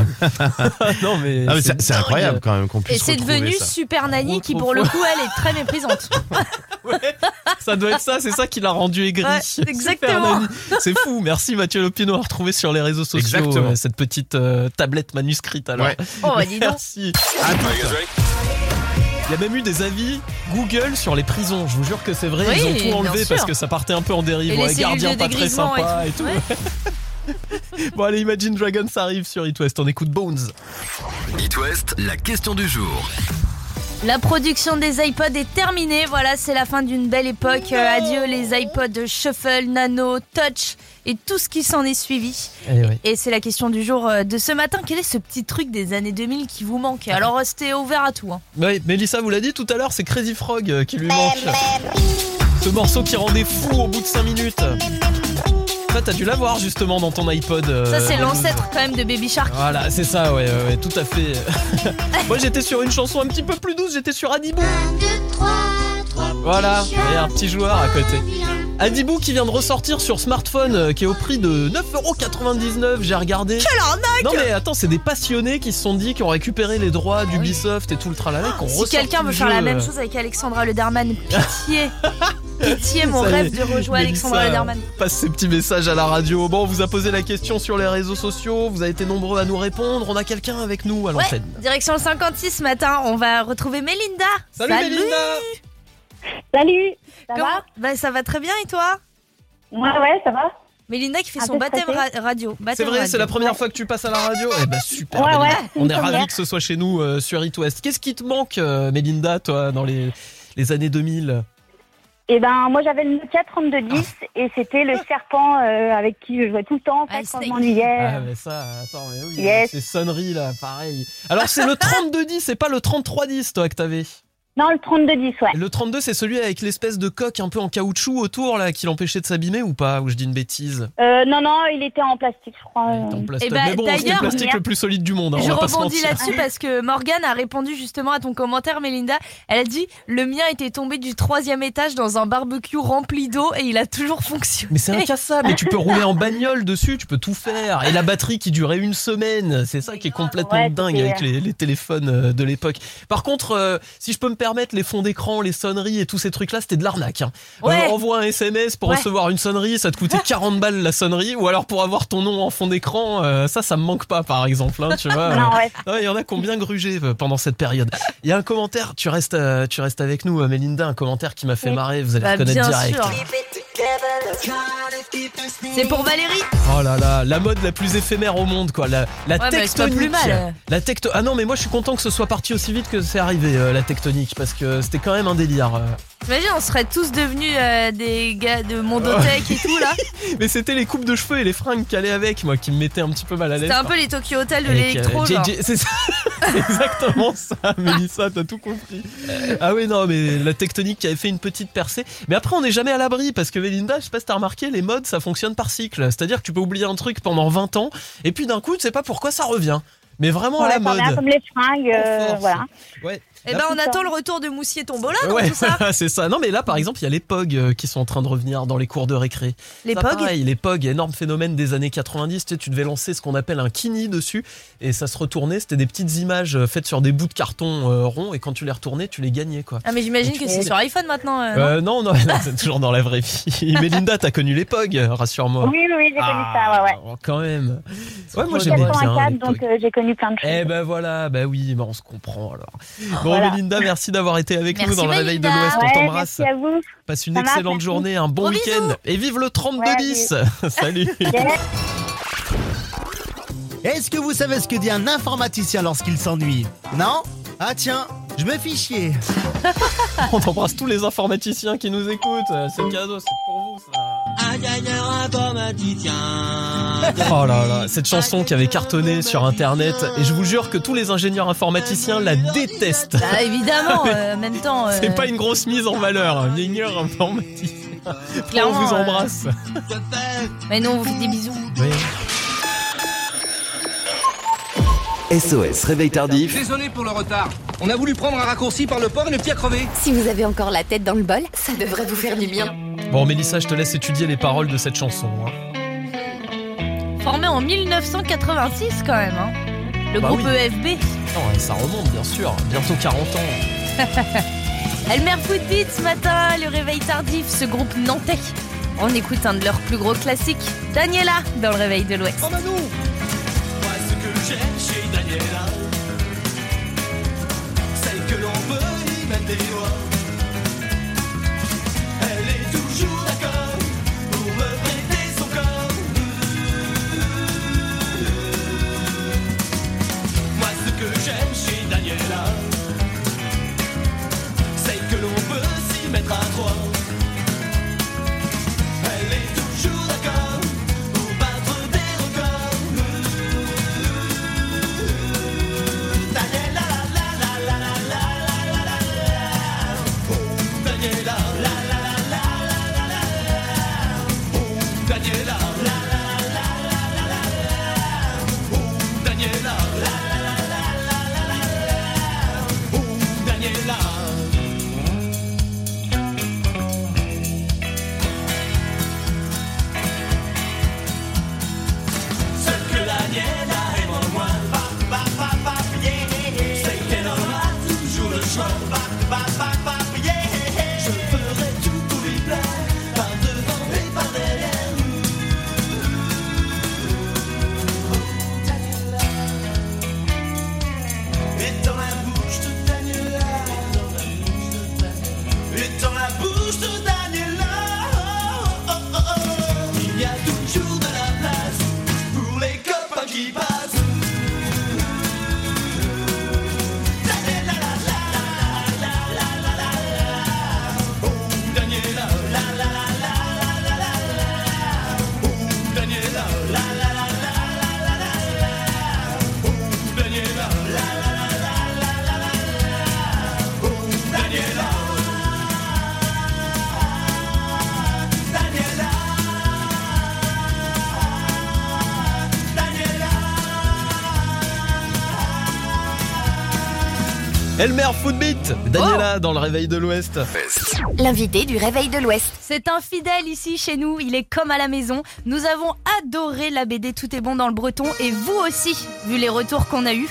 [SPEAKER 12] non mais,
[SPEAKER 9] Ah, mais c'est- c'est
[SPEAKER 12] dingue.
[SPEAKER 9] incroyable quand même qu'on
[SPEAKER 3] Et
[SPEAKER 9] puisse
[SPEAKER 3] c'est
[SPEAKER 9] retrouver
[SPEAKER 3] devenu
[SPEAKER 9] ça.
[SPEAKER 3] Super Nanny qui, pour le coup, elle est très méprisante.
[SPEAKER 2] Ça doit être ça, c'est ça qui l'a rendu aigri.
[SPEAKER 3] Ouais,
[SPEAKER 2] Super,
[SPEAKER 3] exactement.
[SPEAKER 2] Nani. C'est fou. Merci Mathieu Lopino à retrouver sur les réseaux sociaux
[SPEAKER 9] Exactement.
[SPEAKER 2] euh, cette petite euh, tablette manuscrite alors.
[SPEAKER 3] Oh, bah, dis donc.
[SPEAKER 2] Merci. À toutes. Il y a même eu des avis Google sur les prisons. Je vous jure que c'est vrai,
[SPEAKER 3] Oui,
[SPEAKER 2] ils ont tout enlevé
[SPEAKER 3] bien sûr.
[SPEAKER 2] parce que ça partait un peu en dérive.
[SPEAKER 3] Et
[SPEAKER 2] Bon,
[SPEAKER 3] les
[SPEAKER 2] les
[SPEAKER 3] cellules
[SPEAKER 2] gardiens
[SPEAKER 3] de
[SPEAKER 2] pas très
[SPEAKER 3] dégrisement et
[SPEAKER 2] sympas et
[SPEAKER 3] tout,
[SPEAKER 2] tout. bon, allez, Imagine Dragons arrive sur It West. On écoute Bones.
[SPEAKER 10] It West, la question du jour.
[SPEAKER 3] La production des iPods est terminée. Voilà, c'est la fin d'une belle époque. Euh, adieu les iPods Shuffle, Nano, Touch et tout ce qui s'en est suivi.
[SPEAKER 12] Eh
[SPEAKER 3] Et c'est la question du jour euh, de ce matin. Quel est ce petit truc des années 2000 qui vous manque Alors restez ouverts à tout. hein.
[SPEAKER 2] Oui, Mélissa vous l'a dit tout à l'heure, c'est Crazy Frog euh, qui lui manque. Ce morceau qui rendait fou au bout de 5 minutes. Ça, t'as dû l'avoir justement dans ton iPod. euh,
[SPEAKER 3] Ça, c'est
[SPEAKER 2] Bones.
[SPEAKER 3] l'ancêtre quand même de Baby Shark.
[SPEAKER 2] Voilà, c'est ça, ouais, ouais, ouais, tout à fait. Moi, j'étais sur une chanson un petit peu plus douce, j'étais sur Adibou. Voilà, il y a un petit joueur à côté. Adibou qui vient de ressortir sur smartphone, euh, qui est au prix de 9,99€, j'ai regardé.
[SPEAKER 3] Quelle arnaque
[SPEAKER 2] Non mais attends, c'est des passionnés qui se sont dit, qui ont récupéré les droits d'Ubisoft et tout le tralala, qu'on
[SPEAKER 3] Ah, Si quelqu'un veut faire la
[SPEAKER 2] euh,
[SPEAKER 3] même chose avec Alexandra Lederman, pitié Pitié, mon
[SPEAKER 2] Ça y est,
[SPEAKER 3] rêve de rejoindre
[SPEAKER 2] Mélissa
[SPEAKER 3] Alexandra Lederman.
[SPEAKER 2] Passe ces petits messages à la radio. Bon, on vous a posé la question sur les réseaux sociaux, vous avez été nombreux à nous répondre, on a quelqu'un avec nous à
[SPEAKER 3] Ouais,
[SPEAKER 2] l'antenne.
[SPEAKER 3] direction le 56 ce matin, on va retrouver Mélinda.
[SPEAKER 2] Salut, Mélinda.
[SPEAKER 3] Salut Ça va Ben, Ça va très bien et toi Ouais, ouais, ça va. Mélinda qui fait
[SPEAKER 13] Un
[SPEAKER 3] son
[SPEAKER 13] peu
[SPEAKER 3] baptême
[SPEAKER 13] stressée.
[SPEAKER 3] ra- radio.
[SPEAKER 2] C'est
[SPEAKER 3] baptême
[SPEAKER 2] vrai,
[SPEAKER 3] radio.
[SPEAKER 2] c'est la première fois que tu passes à la radio Eh ben super.
[SPEAKER 3] Ouais,
[SPEAKER 2] Mélinda.
[SPEAKER 3] ouais, c'est
[SPEAKER 2] On
[SPEAKER 3] une
[SPEAKER 2] est
[SPEAKER 3] première.
[SPEAKER 2] ravis que ce soit chez nous euh, sur It West. Qu'est-ce qui te manque, euh, Mélinda, toi, dans les, les années 2000
[SPEAKER 13] Et ben moi j'avais le Nokia 3210 et c'était le serpent euh, avec qui je jouais tout le temps en fait, quand je
[SPEAKER 3] Eh.
[SPEAKER 13] m'ennuyais.
[SPEAKER 2] Ah, mais ça, attends, mais oui,
[SPEAKER 13] Yes.
[SPEAKER 2] ces sonneries là, pareil. Alors c'est le 3210, c'est pas le 3310 toi que t'avais
[SPEAKER 13] Non, le 3210, ouais.
[SPEAKER 2] Le 32, c'est celui avec l'espèce de coque un peu en caoutchouc autour là qui l'empêchait de s'abîmer ou pas Ou je dis une bêtise
[SPEAKER 13] Euh, non non, il était en plastique je crois.
[SPEAKER 2] Ah, En
[SPEAKER 6] euh.
[SPEAKER 2] plastique.
[SPEAKER 3] Eh ben,
[SPEAKER 2] Mais bon, c'est le
[SPEAKER 3] d'ailleurs,
[SPEAKER 2] plastique le plus solide du monde. hein,
[SPEAKER 3] Je
[SPEAKER 2] on va pas se
[SPEAKER 3] rebondis
[SPEAKER 2] mentir.
[SPEAKER 3] là-dessus parce que Morgane a répondu justement à ton commentaire, Mélinda. Elle a dit Le mien était tombé du troisième étage dans un barbecue rempli d'eau et il a toujours fonctionné.
[SPEAKER 2] Mais c'est incassable, et tu peux rouler en bagnole dessus, tu peux tout faire. Et la batterie qui durait une semaine, c'est ça qui est complètement
[SPEAKER 12] Ouais,
[SPEAKER 2] dingue
[SPEAKER 12] c'est-
[SPEAKER 2] avec les, les téléphones euh, de l'époque. Par contre, euh, si je peux me permettre, les fonds d'écran, les sonneries et tous ces trucs-là, c'était de l'arnaque. hein.
[SPEAKER 12] Ouais.
[SPEAKER 2] envoie un SMS pour
[SPEAKER 12] Ouais.
[SPEAKER 2] recevoir une sonnerie, ça te coûtait 40 balles la sonnerie, ou alors pour avoir ton nom en fond d'écran, euh, ça, ça me manque pas, par exemple. hein, tu vois,
[SPEAKER 12] Non,
[SPEAKER 2] Euh,
[SPEAKER 12] ouais.
[SPEAKER 2] il y en a combien grugé euh, pendant cette période. Il y a un commentaire, tu restes, euh, tu restes avec nous, euh, Mélinda, un commentaire qui m'a fait marrer, vous allez
[SPEAKER 3] Bah,
[SPEAKER 2] reconnaître
[SPEAKER 3] bien
[SPEAKER 2] direct.
[SPEAKER 3] sûr. C'est pour Valérie.
[SPEAKER 2] Oh là là, la mode la plus éphémère au monde, quoi. La, la
[SPEAKER 3] Ouais, mais c'est pas
[SPEAKER 2] tectonique.
[SPEAKER 3] plus mal.
[SPEAKER 2] La tecto. Ah non, mais moi je suis content que ce soit parti aussi vite que c'est arrivé, euh, la tectonique, parce que c'était quand même un délire. euh.
[SPEAKER 3] T'imagines, on serait tous devenus euh, des gars de Mondotech et tout là.
[SPEAKER 2] Mais c'était les coupes de cheveux et les fringues qui allaient avec, moi, qui me mettaient un petit peu mal à l'aise.
[SPEAKER 3] C'était un peu les Tokyo Hotel de
[SPEAKER 2] Avec, euh,
[SPEAKER 3] l'électro.
[SPEAKER 2] JJ,
[SPEAKER 3] genre.
[SPEAKER 2] C'est ça. C'est exactement ça, Mélissa, t'as tout compris. Ah oui, non, mais la tectonique qui avait fait une petite percée. Mais après, on n'est jamais à l'abri parce que Melinda, je sais pas si t'as remarqué, les modes, ça fonctionne par cycle. C'est-à-dire que tu peux oublier un truc pendant 20 ans et puis d'un coup, tu sais pas pourquoi ça revient. Mais vraiment à Oh, la
[SPEAKER 13] Ouais, ça revient
[SPEAKER 2] mode.
[SPEAKER 13] comme les fringues, euh,
[SPEAKER 2] En force.
[SPEAKER 13] voilà.
[SPEAKER 2] Ouais.
[SPEAKER 3] Eh ben, on attend le retour de Moussier Tombola dans
[SPEAKER 2] Ah, Euh, Ouais,
[SPEAKER 3] tout ça.
[SPEAKER 2] c'est ça. Non, mais là, par
[SPEAKER 13] Mm.
[SPEAKER 2] exemple, il y a les POG euh, qui sont en train de revenir dans les cours de récré.
[SPEAKER 3] Les
[SPEAKER 2] Ça,
[SPEAKER 3] POG
[SPEAKER 2] pareil, Les POG, énorme phénomène des années 90. Tu, sais, tu devais lancer ce qu'on appelle un kini dessus et ça se retournait. C'était des petites images euh, faites sur des bouts de carton euh, rond et quand tu les retournais, tu les gagnais, quoi.
[SPEAKER 3] Ah, mais j'imagine
[SPEAKER 2] Donc,
[SPEAKER 3] que
[SPEAKER 2] tu
[SPEAKER 3] c'est
[SPEAKER 2] sais,
[SPEAKER 3] sur iPhone maintenant. euh, non
[SPEAKER 2] Euh, non, non, non, c'est toujours dans la vraie vie. Melinda, t'as connu les POG, euh, rassure-moi.
[SPEAKER 13] Oui oui, oui, j'ai
[SPEAKER 2] Ah,
[SPEAKER 13] connu ça, ouais ouais.
[SPEAKER 2] Quand même. Ouais, moi
[SPEAKER 13] J'ai
[SPEAKER 2] j'aimais bien.
[SPEAKER 13] 84,
[SPEAKER 2] les
[SPEAKER 13] donc euh, j'ai connu plein de choses.
[SPEAKER 2] Eh ben voilà, bah oui, bah on se comprend alors. Bon,
[SPEAKER 13] Ah, Voilà.
[SPEAKER 2] Melinda, merci d'avoir été avec nous
[SPEAKER 13] Merci,
[SPEAKER 2] dans le réveil de
[SPEAKER 13] Melinda.
[SPEAKER 2] l'Ouest.
[SPEAKER 13] Ouais,
[SPEAKER 2] on t'embrasse.
[SPEAKER 13] merci à vous.
[SPEAKER 2] Passe une
[SPEAKER 13] Ça marche,
[SPEAKER 2] excellente
[SPEAKER 13] merci.
[SPEAKER 2] journée, un bon
[SPEAKER 13] Gros
[SPEAKER 2] week-end.
[SPEAKER 13] bisous.
[SPEAKER 2] Et vive le 3210. Salut.
[SPEAKER 4] Est-ce que vous savez ce que dit un informaticien lorsqu'il s'ennuie Non Ah tiens, je me fais chier.
[SPEAKER 2] on embrasse tous les informaticiens qui nous écoutent. Euh, C'est cadeau, c'est pour vous ça. Oh là là, cette chanson qui avait cartonné sur internet. Et je vous jure que tous les ingénieurs informaticiens la détestent.
[SPEAKER 3] Bah, évidemment, euh, en même temps. euh,
[SPEAKER 2] C'est pas une grosse mise en valeur, hein. L'igneur informaticien. On
[SPEAKER 3] Clairement,
[SPEAKER 2] vous
[SPEAKER 3] euh,
[SPEAKER 2] embrasse.
[SPEAKER 3] Mais non, on vous fait des bisous.
[SPEAKER 2] Oui.
[SPEAKER 7] SOS Réveil Tardif.
[SPEAKER 14] Désolé pour le retard. On a voulu prendre un raccourci par le port et le pied crevé.
[SPEAKER 1] Si vous avez encore la tête dans le bol, ça devrait vous faire du bien.
[SPEAKER 2] Bon, Mélissa, je te laisse étudier les paroles de cette chanson. hein.
[SPEAKER 3] Formé en 1986 quand même. hein. Le
[SPEAKER 2] Bah
[SPEAKER 3] groupe E
[SPEAKER 2] oui.
[SPEAKER 3] EFB.
[SPEAKER 2] Non, et ça remonte, bien sûr. Bientôt 40 ans.
[SPEAKER 3] Elle mère Footbeat ce matin, le réveil tardif, ce groupe nantais. On écoute un de leurs plus gros classiques, Daniela, dans le réveil de l'Ouest.
[SPEAKER 10] Moi, ce que j'aime chez Daniela, c'est que l'on peut y mettre des doigts. Elle est toujours d'accord pour me prêter son corps. Moi, ce que j'aime chez Daniela, c'est que l'on peut s'y mettre à trois. Elle est toujours d'accord pour battre des records. Daniela, la la la la la la la la. Oh Daniela, la la la la la la la la. Oh Daniela, la la la la la la la. Oh Daniela, la la la la la la la. Oh Daniela. Ce que la mienne a aimé en moi, pa, pa, pa, pa, yeah. c'est qu'elle aura toujours le choix. Pa, pa, pa, pa, yeah. Je ferai tout pour lui plaire, par devant et par derrière. Et dans la bouche de Daniela, et dans la bouche de Daniela, oh, oh, oh, oh. il y a toujours de la place pour les copains qui passent. Daniela, la, la, la, la, la, la, la. Oh, Daniela, la, la, la, la, la, la, la, la. Oh, Daniela, la, la, la, la, la, la, la, la. Oh, Daniela, la, la, la, la, la, la, la, la. Oh, Daniela. Daniela.
[SPEAKER 2] Elmer Footbeat, Daniela dans le réveil de l'Ouest.
[SPEAKER 1] L'invité du réveil de l'Ouest.
[SPEAKER 3] C'est un fidèle ici chez nous, il est comme à la maison. Nous avons adoré la BD Tout est bon dans le breton et vous aussi, vu les retours qu'on a eus.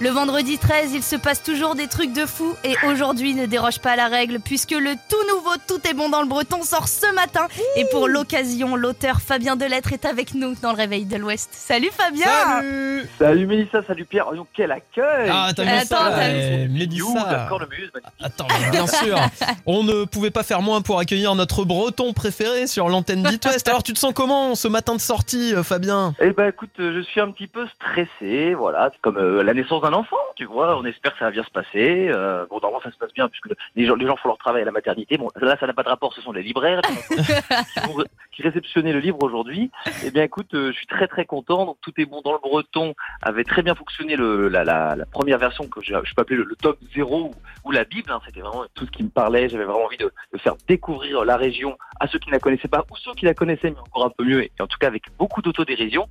[SPEAKER 3] Le vendredi 13, il se passe toujours des trucs de fou et aujourd'hui ne déroge pas à la règle puisque le tout nouveau Tout est bon dans le breton sort ce matin. Et pour l'occasion, l'auteur Fabien Delettre est avec nous dans le réveil de l'Ouest. Salut Fabien
[SPEAKER 15] Salut Mélissa, salut Pierre. Oh, donc, quel accueil
[SPEAKER 2] Ah, t'as vu
[SPEAKER 3] Attends,
[SPEAKER 2] ça,
[SPEAKER 3] t'as vu
[SPEAKER 2] eh,
[SPEAKER 15] You,
[SPEAKER 2] Mélissa.
[SPEAKER 15] la cornemuse, magnifique.
[SPEAKER 2] Attends, mais bien sûr. On ne pouvait pas faire moins pour accueillir notre breton préféré sur l'antenne d'It West. Alors, tu te sens comment ce matin de sortie, euh, Fabien
[SPEAKER 15] Eh ben écoute, euh, je suis un petit peu stressé, voilà, c'est comme euh, la naissance d'un enfant, tu vois, on espère que ça va bien se passer. Euh, bon, normalement ça se passe bien, puisque le- les gens, les gens font leur travail à la maternité. Bon, là ça n'a pas de rapport, ce sont les libraires qui, vont ré- qui réceptionnaient le livre aujourd'hui. Eh bien écoute, euh, je suis très très content, donc tout est bon dans le breton, avait très bien fonctionné le, la, la- la première version que j'ai- je peux appeler le, le top 0 ou, ou la Bible, hein. c'était vraiment tout ce qui me parlait, j'avais vraiment envie de, de faire découvrir la région à ceux qui ne la connaissaient pas, ou ceux qui la connaissaient, mais encore un peu mieux, et en tout cas avec beaucoup d'autodérision.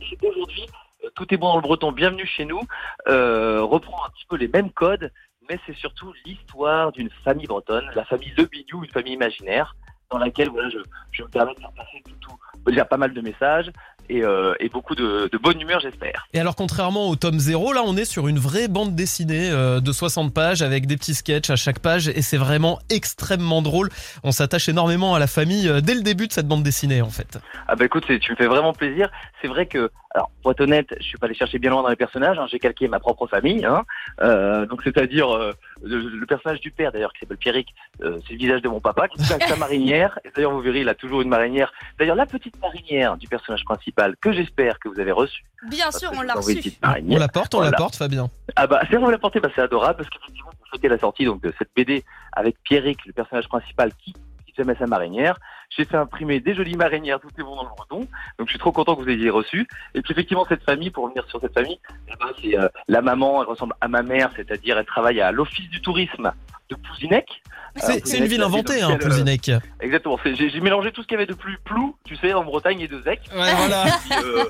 [SPEAKER 15] Et Aujourd'hui, euh, tout est bon dans le breton, bienvenue chez nous, euh, reprend un petit peu les mêmes codes, mais c'est surtout l'histoire d'une famille bretonne, la famille Le Bignou, une famille imaginaire, dans laquelle voilà, je, je me permets de faire passer tout, tout- déjà pas mal de messages et, euh, et beaucoup de, de bonne humeur, j'espère.
[SPEAKER 2] Et alors, contrairement au tome 0, là, on est sur une vraie bande dessinée euh, de 60 pages avec des petits sketchs à chaque page et c'est vraiment extrêmement drôle. On s'attache énormément à la famille euh, dès le début de cette bande dessinée, en fait.
[SPEAKER 15] Ah bah écoute, c'est- tu me fais vraiment plaisir. C'est vrai que, alors pour être honnête, je suis pas allé chercher bien loin dans les personnages. hein. J'ai calqué ma propre famille. hein. Euh, donc c'est-à-dire euh, le, le personnage du père d'ailleurs qui s'appelle Pierrick, euh, c'est le visage de mon papa qui tient avec sa marinière. Et D'ailleurs vous verrez, il a toujours une marinière. D'ailleurs la petite marinière du personnage principal que j'espère que vous avez reçue.
[SPEAKER 3] Bien sûr, on l'a
[SPEAKER 15] Vous envoyez une
[SPEAKER 3] reçu.
[SPEAKER 15] petite marinière.
[SPEAKER 2] On la porte, on la
[SPEAKER 15] Ah, Voilà.
[SPEAKER 2] porte, Fabien.
[SPEAKER 15] Ah bah c'est vrai, on l'a porté, bah, c'est adorable parce qu'effectivement vous souhaitez la sortie donc de cette BD avec Pierrick, le personnage principal qui qui jamais sa marinière. J'ai fait imprimer des jolies marinières, tout est bon dans le breton. Donc je suis trop content que vous ayez reçu. Et puis effectivement cette famille, pour revenir sur cette famille, eh ben, c'est euh, la maman, elle ressemble à ma mère, c'est-à-dire elle travaille à l'office du tourisme de Pouzinec.
[SPEAKER 2] C'est c'est une ville inventée, hein, Pouzinec.
[SPEAKER 15] Exactement, c'est- j'ai j'ai mélangé tout ce qu'il y avait de plus plou, tu sais, en Bretagne et de zec.
[SPEAKER 2] voilà.
[SPEAKER 15] Et puis, euh,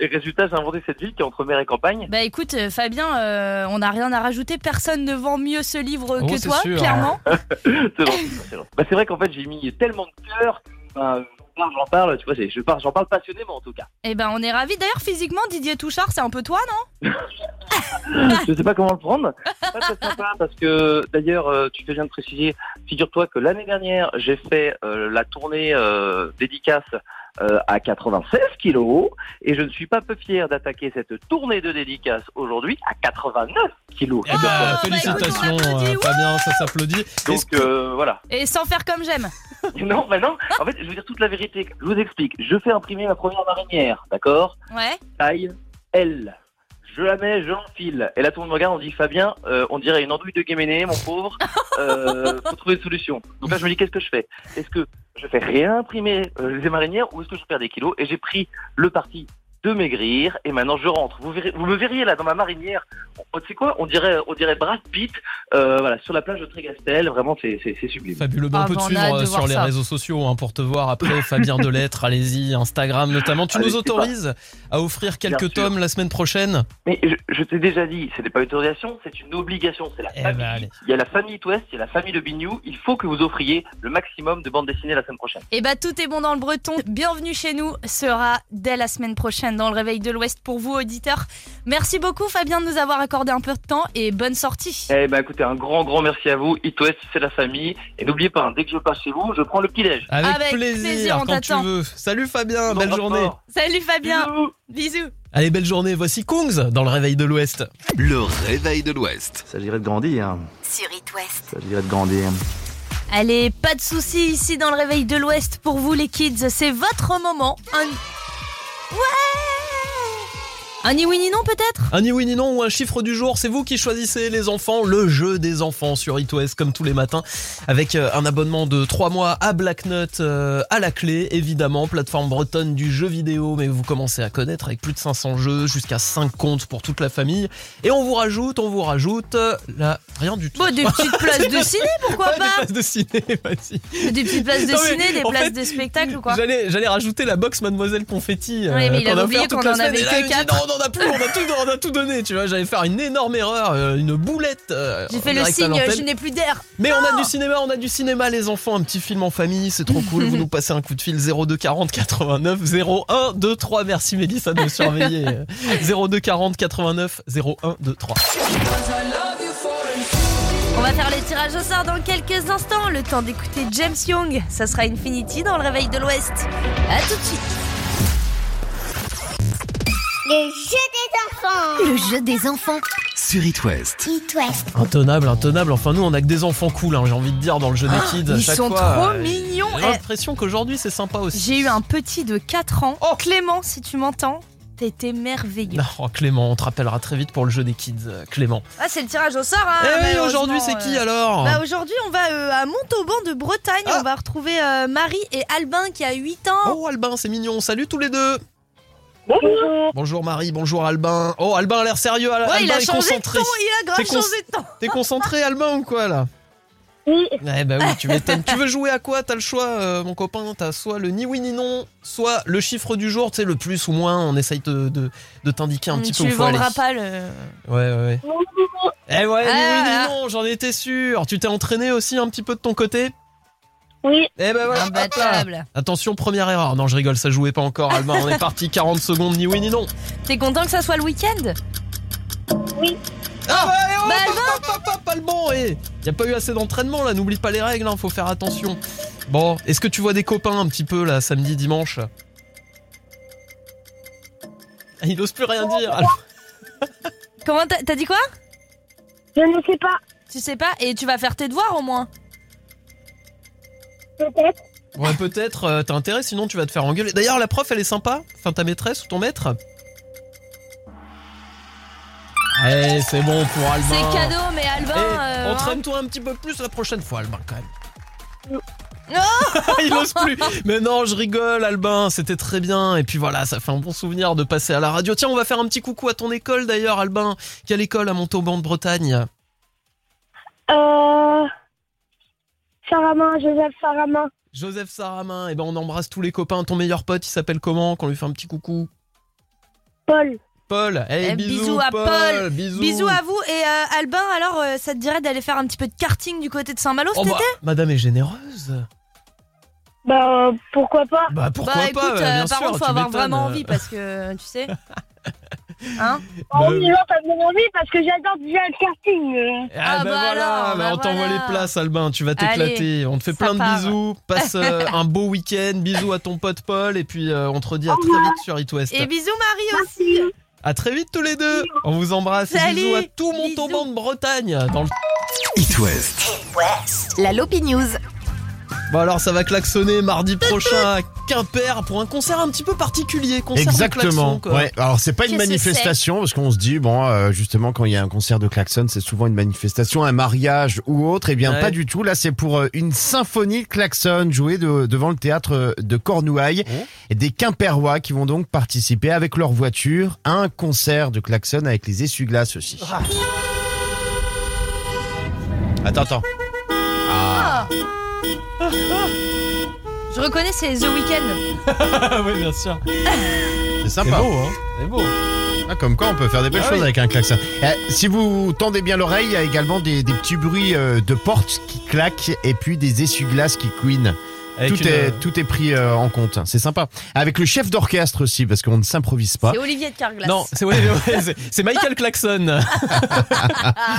[SPEAKER 15] Et résultat, j'ai inventé cette ville qui est entre mer et campagne.
[SPEAKER 3] Bah écoute, euh, Fabien, euh, on n'a rien à rajouter. Personne ne vend mieux ce livre
[SPEAKER 15] Oh,
[SPEAKER 3] que
[SPEAKER 15] c'est
[SPEAKER 3] toi,
[SPEAKER 15] sûr.
[SPEAKER 3] clairement.
[SPEAKER 15] c'est gentil, c'est gentil. Bah, c'est vrai qu'en fait, j'ai mis tellement de cœur. Bah, j'en parle, j'en parle, tu vois, j'ai- je parle, j'en parle passionnément en tout cas.
[SPEAKER 3] Eh ben, on est ravis. D'ailleurs, physiquement, Didier Touchard, c'est un peu toi, non
[SPEAKER 15] je sais pas comment le prendre. Pas très sympa parce que d'ailleurs, euh, tu fais bien de préciser. Figure-toi que l'année dernière, j'ai fait euh, la tournée euh, dédicace. euh, à 96 kilos et je ne suis pas peu fier d'attaquer cette tournée de dédicace aujourd'hui à 89 kilos.
[SPEAKER 2] Ah, félicitations, euh, Fabien, ça s'applaudit.
[SPEAKER 15] Donc euh, voilà.
[SPEAKER 3] Et sans faire comme j'aime.
[SPEAKER 15] Non, bah non. En fait, je veux dire toute la vérité. Je vous explique. Je fais imprimer ma première marinière, d'accord
[SPEAKER 3] Ouais.
[SPEAKER 15] Taille L. Je la mets, je l'enfile. Et là, tout le monde me regarde, on dit Fabien, euh, on dirait une andouille de Guéméné, mon pauvre. Euh, faut trouver une solution. Donc là, je me dis, qu'est-ce que je fais Est-ce que je fais réimprimer euh, les marinières ou est-ce que je perds des kilos Et j'ai pris le parti de maigrir et maintenant je rentre. Vous, verrez, vous me verriez là dans ma marinière. On- Tu sais quoi On dirait, on dirait Brad Pitt, euh, voilà, sur la plage de Trégastel. Vraiment, c'est c'est- c'est sublime.
[SPEAKER 2] Fabuleux, Bon, on peut te suivre euh, sur les réseaux sociaux hein, pour te voir après, Fabien Delettre, allez-y, Instagram notamment. Tu
[SPEAKER 15] Allez,
[SPEAKER 2] nous
[SPEAKER 15] c'est
[SPEAKER 2] autorises à offrir quelques tomes la semaine prochaine
[SPEAKER 15] Mais je, je t'ai déjà dit, ce n'est pas une autorisation, c'est une obligation. C'est la
[SPEAKER 2] Eh ben,
[SPEAKER 15] famille. il y a la famille It West, il y a la famille de Bignou. Il faut que vous offriez le maximum de bandes dessinées la semaine prochaine.
[SPEAKER 3] Eh bah, tout est bon dans le breton. Bienvenue chez nous sera dès la semaine prochaine dans le Réveil de l'Ouest pour vous, auditeurs. Merci beaucoup, Fabien, de nous avoir accordé un peu de temps et bonne sortie.
[SPEAKER 15] Eh ben écoutez, un grand, grand merci à vous. It West, c'est la famille. Et n'oubliez pas, hein, dès que je passe chez vous, je prends le petit-déj.
[SPEAKER 2] Avec,
[SPEAKER 3] Avec
[SPEAKER 2] plaisir,
[SPEAKER 3] plaisir, on
[SPEAKER 2] quand tu
[SPEAKER 3] t'attend.
[SPEAKER 2] veux. Salut Fabien,
[SPEAKER 15] Bon
[SPEAKER 2] belle
[SPEAKER 15] rapport.
[SPEAKER 2] journée.
[SPEAKER 3] Salut, Fabien. Bisous.
[SPEAKER 2] Allez, belle journée. Voici Kongs dans le réveil de l'Ouest.
[SPEAKER 10] Le réveil de l'Ouest. Ça dirait de grandir.
[SPEAKER 16] Sur It West.
[SPEAKER 10] Ça dirait de grandir.
[SPEAKER 3] Allez, pas de soucis ici dans le réveil de l'Ouest pour vous les kids, c'est votre moment. Un... Ouais Un ni oui ni non peut-être
[SPEAKER 2] Un ni oui ni non ou un chiffre du jour, c'est vous qui choisissez les enfants, le jeu des enfants sur EatWest comme tous les matins, avec euh, un abonnement de 3 mois à Black Nut euh, à la clé, évidemment, plateforme bretonne du jeu vidéo, mais vous commencez à connaître avec plus de 500 jeux, jusqu'à 5 comptes pour toute la famille, et on vous rajoute, on vous rajoute, euh, là, rien du tout.
[SPEAKER 3] Bon, des petites places de ciné, pourquoi
[SPEAKER 2] Ouais,
[SPEAKER 3] pas
[SPEAKER 2] Des places de ciné, vas-y.
[SPEAKER 3] Des petites places de
[SPEAKER 2] Non, mais
[SPEAKER 3] ciné, des
[SPEAKER 2] en
[SPEAKER 3] places
[SPEAKER 2] fait,
[SPEAKER 3] de spectacle ou quoi
[SPEAKER 2] J'allais, j'allais rajouter la box Mademoiselle Confetti. euh,
[SPEAKER 3] Ouais, mais il
[SPEAKER 2] qu'on
[SPEAKER 3] avait
[SPEAKER 2] a
[SPEAKER 3] oublié
[SPEAKER 2] offert toute
[SPEAKER 3] qu'on
[SPEAKER 2] la
[SPEAKER 3] en
[SPEAKER 2] semaine.
[SPEAKER 3] avait
[SPEAKER 2] Et là,
[SPEAKER 3] que
[SPEAKER 2] il me dit,
[SPEAKER 3] quatre.
[SPEAKER 2] Non, on en a plus, on a tout, on a tout donné. Tu vois, j'allais faire une énorme erreur, euh, une boulette. euh,
[SPEAKER 3] J'ai
[SPEAKER 2] en
[SPEAKER 3] fait le
[SPEAKER 2] direct à
[SPEAKER 3] signe,
[SPEAKER 2] l'antenne.
[SPEAKER 3] je n'ai plus d'air.
[SPEAKER 2] Mais on a
[SPEAKER 3] Non
[SPEAKER 2] du cinéma, on a du cinéma, les enfants. Un petit film en famille, c'est trop cool. Vous nous passez un coup de fil 02 40 89 01 23. Merci Mélissa de me surveiller. 02 40 89 01 23.
[SPEAKER 3] On va faire les tirages au sort dans quelques instants, le temps d'écouter James Young. Ça sera Infinity dans le réveil de l'Ouest. À tout de suite.
[SPEAKER 1] Le jeu des enfants.
[SPEAKER 16] Le jeu des enfants.
[SPEAKER 10] Sur It West.
[SPEAKER 1] It West.
[SPEAKER 2] Intenable, intenable. Enfin, nous, on a que des enfants cool, hein, j'ai envie de dire, dans le jeu des
[SPEAKER 3] Oh,
[SPEAKER 2] kids. à
[SPEAKER 3] ils
[SPEAKER 2] chaque
[SPEAKER 3] sont
[SPEAKER 2] fois,
[SPEAKER 3] trop
[SPEAKER 2] euh,
[SPEAKER 3] mignons. Eh,
[SPEAKER 2] J'ai l'impression qu'aujourd'hui, c'est sympa aussi.
[SPEAKER 3] J'ai eu un petit de 4 ans. Clément, si tu m'entends, t'étais merveilleux.
[SPEAKER 2] Oh. Non, oh, Clément, on te rappellera très vite pour le jeu des kids, euh, Clément.
[SPEAKER 3] Ah, c'est le tirage au sort, hein,
[SPEAKER 2] Eh oui,
[SPEAKER 3] malheureusement,
[SPEAKER 2] aujourd'hui, c'est qui, alors Ah.
[SPEAKER 3] bah, Aujourd'hui, on va euh, à Montauban de Bretagne. On va retrouver euh, Marie et Albin qui a 8 ans.
[SPEAKER 2] Oh, Albin, c'est mignon. Salut tous les deux. Bonjour. Bonjour Marie, bonjour Albin. Oh, Albin a l'air sérieux. Al-
[SPEAKER 3] Ouais,
[SPEAKER 2] Albin
[SPEAKER 3] il a
[SPEAKER 2] est
[SPEAKER 3] changé de
[SPEAKER 2] concentré.
[SPEAKER 3] ton, il a grave
[SPEAKER 2] T'es cons-
[SPEAKER 3] changé de ton.
[SPEAKER 2] T'es concentré, Albin, ou quoi, là
[SPEAKER 1] Oui.
[SPEAKER 2] Eh bah oui, tu m'étonnes. tu veux jouer à quoi T'as le choix, euh, mon copain. T'as soit le ni oui ni non, soit le chiffre du jour, tu sais, le plus ou moins. On essaye de, de, de t'indiquer un petit
[SPEAKER 3] Mm, tu
[SPEAKER 2] peu où faut aller.
[SPEAKER 3] vendras pas le.
[SPEAKER 2] Ouais, ouais, ouais. Eh ouais, ni
[SPEAKER 3] Ah,
[SPEAKER 2] oui,
[SPEAKER 3] voilà.
[SPEAKER 2] ni non, j'en étais sûr. Tu t'es entraîné aussi un petit peu de ton côté
[SPEAKER 1] Oui.
[SPEAKER 2] Eh ben voilà.
[SPEAKER 3] Imbattable.
[SPEAKER 2] hop là. Attention, première erreur. Non, je rigole, ça jouait pas encore, Albin. On est parti, 40 secondes, ni oui, ni non.
[SPEAKER 3] T'es content que ça soit le week-end
[SPEAKER 1] Oui.
[SPEAKER 2] Ah ouais,
[SPEAKER 3] Bah,
[SPEAKER 2] oh,
[SPEAKER 3] Albin
[SPEAKER 2] pas, pas, pas, pas le bon, eh. Y a pas eu assez d'entraînement, là. N'oublie pas les règles, hein, faut faire attention. Bon, est-ce que tu vois des copains un petit peu, là, samedi, dimanche Ah, Il ose plus rien dire. Albin.
[SPEAKER 3] Comment t'as t'as dit quoi
[SPEAKER 1] Je ne sais pas.
[SPEAKER 3] Tu sais pas Et tu vas faire tes devoirs au moins
[SPEAKER 1] Peut-être.
[SPEAKER 2] Ouais, peut-être, euh, t'as intérêt, sinon tu vas te faire engueuler. D'ailleurs, la prof, elle est sympa Enfin, ta maîtresse ou ton maître Eh, c'est bon pour Albin.
[SPEAKER 3] C'est cadeau, mais Albin.
[SPEAKER 2] Eh,
[SPEAKER 3] euh,
[SPEAKER 2] Entraîne-toi un petit peu plus la prochaine fois, Albin, quand même.
[SPEAKER 3] hein. Oh
[SPEAKER 2] Il ose plus. Mais non, je rigole, Albin. C'était très bien. Et puis voilà, ça fait un bon souvenir de passer à la radio. Tiens, on va faire un petit coucou à ton école d'ailleurs, Albin. Quelle école à Montauban de Bretagne
[SPEAKER 1] Euh... Sarama, Joseph Sarama.
[SPEAKER 2] Joseph Saramin. Eh ben, on embrasse tous les copains. Ton meilleur pote, il s'appelle comment Qu'on lui fait un petit coucou.
[SPEAKER 13] Paul.
[SPEAKER 2] Paul, allez,
[SPEAKER 3] Eh,
[SPEAKER 2] bisous,
[SPEAKER 3] à Paul,
[SPEAKER 2] bisous.
[SPEAKER 3] hein. à vous et euh, Albin. Alors, euh, ça te dirait d'aller faire un petit peu de karting du côté de Saint-Malo
[SPEAKER 2] Oh,
[SPEAKER 3] cet
[SPEAKER 2] bah,
[SPEAKER 3] été
[SPEAKER 2] Madame est généreuse.
[SPEAKER 13] Bah, pourquoi pas
[SPEAKER 2] Bah, pourquoi
[SPEAKER 3] Bah
[SPEAKER 2] pas,
[SPEAKER 3] écoute,
[SPEAKER 2] bah,
[SPEAKER 3] euh,
[SPEAKER 2] bien
[SPEAKER 3] par
[SPEAKER 2] sûr,
[SPEAKER 3] contre, faut
[SPEAKER 2] tu
[SPEAKER 3] avoir
[SPEAKER 2] m'étonnes.
[SPEAKER 3] vraiment envie parce que tu sais. Hein
[SPEAKER 13] En
[SPEAKER 2] Bah,
[SPEAKER 13] disant t'as bien envie parce que j'adore déjà le karting. euh.
[SPEAKER 2] Ah, bah, voilà,
[SPEAKER 3] alors,
[SPEAKER 2] bah, on
[SPEAKER 3] bah
[SPEAKER 2] t'envoie
[SPEAKER 3] voilà.
[SPEAKER 2] les places, Albin, tu vas
[SPEAKER 3] Allez,
[SPEAKER 2] t'éclater. On te fait
[SPEAKER 3] ça
[SPEAKER 2] plein
[SPEAKER 3] part.
[SPEAKER 2] de bisous, passe euh, un beau week-end, bisous à ton pote Paul, et puis euh, on te redit à très vite sur It West.
[SPEAKER 3] Et bisous Marie aussi.
[SPEAKER 2] À très vite tous les deux. On vous embrasse.
[SPEAKER 3] Salut.
[SPEAKER 2] Bisous à tout mon tombant de Bretagne. Dans le...
[SPEAKER 10] It West.
[SPEAKER 16] La Lopi News.
[SPEAKER 2] Bon alors ça va klaxonner mardi prochain à Quimper pour un concert un petit peu particulier. Concert de klaxon,
[SPEAKER 9] Exactement.
[SPEAKER 2] quoi.
[SPEAKER 9] ouais. Alors c'est pas une
[SPEAKER 2] Qu'est-ce que
[SPEAKER 9] manifestation parce qu'on se dit bon euh, justement quand il y a un concert de klaxon c'est souvent une manifestation, un mariage ou autre. Et bien
[SPEAKER 2] Ouais.
[SPEAKER 9] pas du tout. Là c'est pour euh, une symphonie de klaxon jouée de- devant le théâtre euh, de Cornouailles
[SPEAKER 2] Oh.
[SPEAKER 9] et des Quimperois qui vont donc participer avec leur voiture à un concert de klaxon avec les essuie-glaces aussi.
[SPEAKER 2] Ah.
[SPEAKER 9] Attends attends.
[SPEAKER 3] Ah. Je reconnais, c'est The Weeknd.
[SPEAKER 2] Ah oui bien sûr.
[SPEAKER 9] C'est sympa.
[SPEAKER 2] beau, hein. C'est beau.
[SPEAKER 9] Ah, comme quoi, on peut faire des belles
[SPEAKER 2] Ah
[SPEAKER 9] choses
[SPEAKER 2] oui.
[SPEAKER 9] avec un klaxon. Euh, si vous tendez bien l'oreille, il y a également des, des petits bruits euh, de portes qui claquent et puis des essuie-glaces qui couinent.
[SPEAKER 2] Avec
[SPEAKER 9] Tout,
[SPEAKER 2] une,
[SPEAKER 9] est,
[SPEAKER 2] euh,
[SPEAKER 9] tout est pris euh, en compte, c'est sympa. Avec le chef d'orchestre aussi, parce qu'on ne s'improvise pas.
[SPEAKER 3] C'est Olivier de Carglass.
[SPEAKER 2] Non, c'est ouais, ouais, c'est- c'est Michael Klaxon.
[SPEAKER 3] Ah,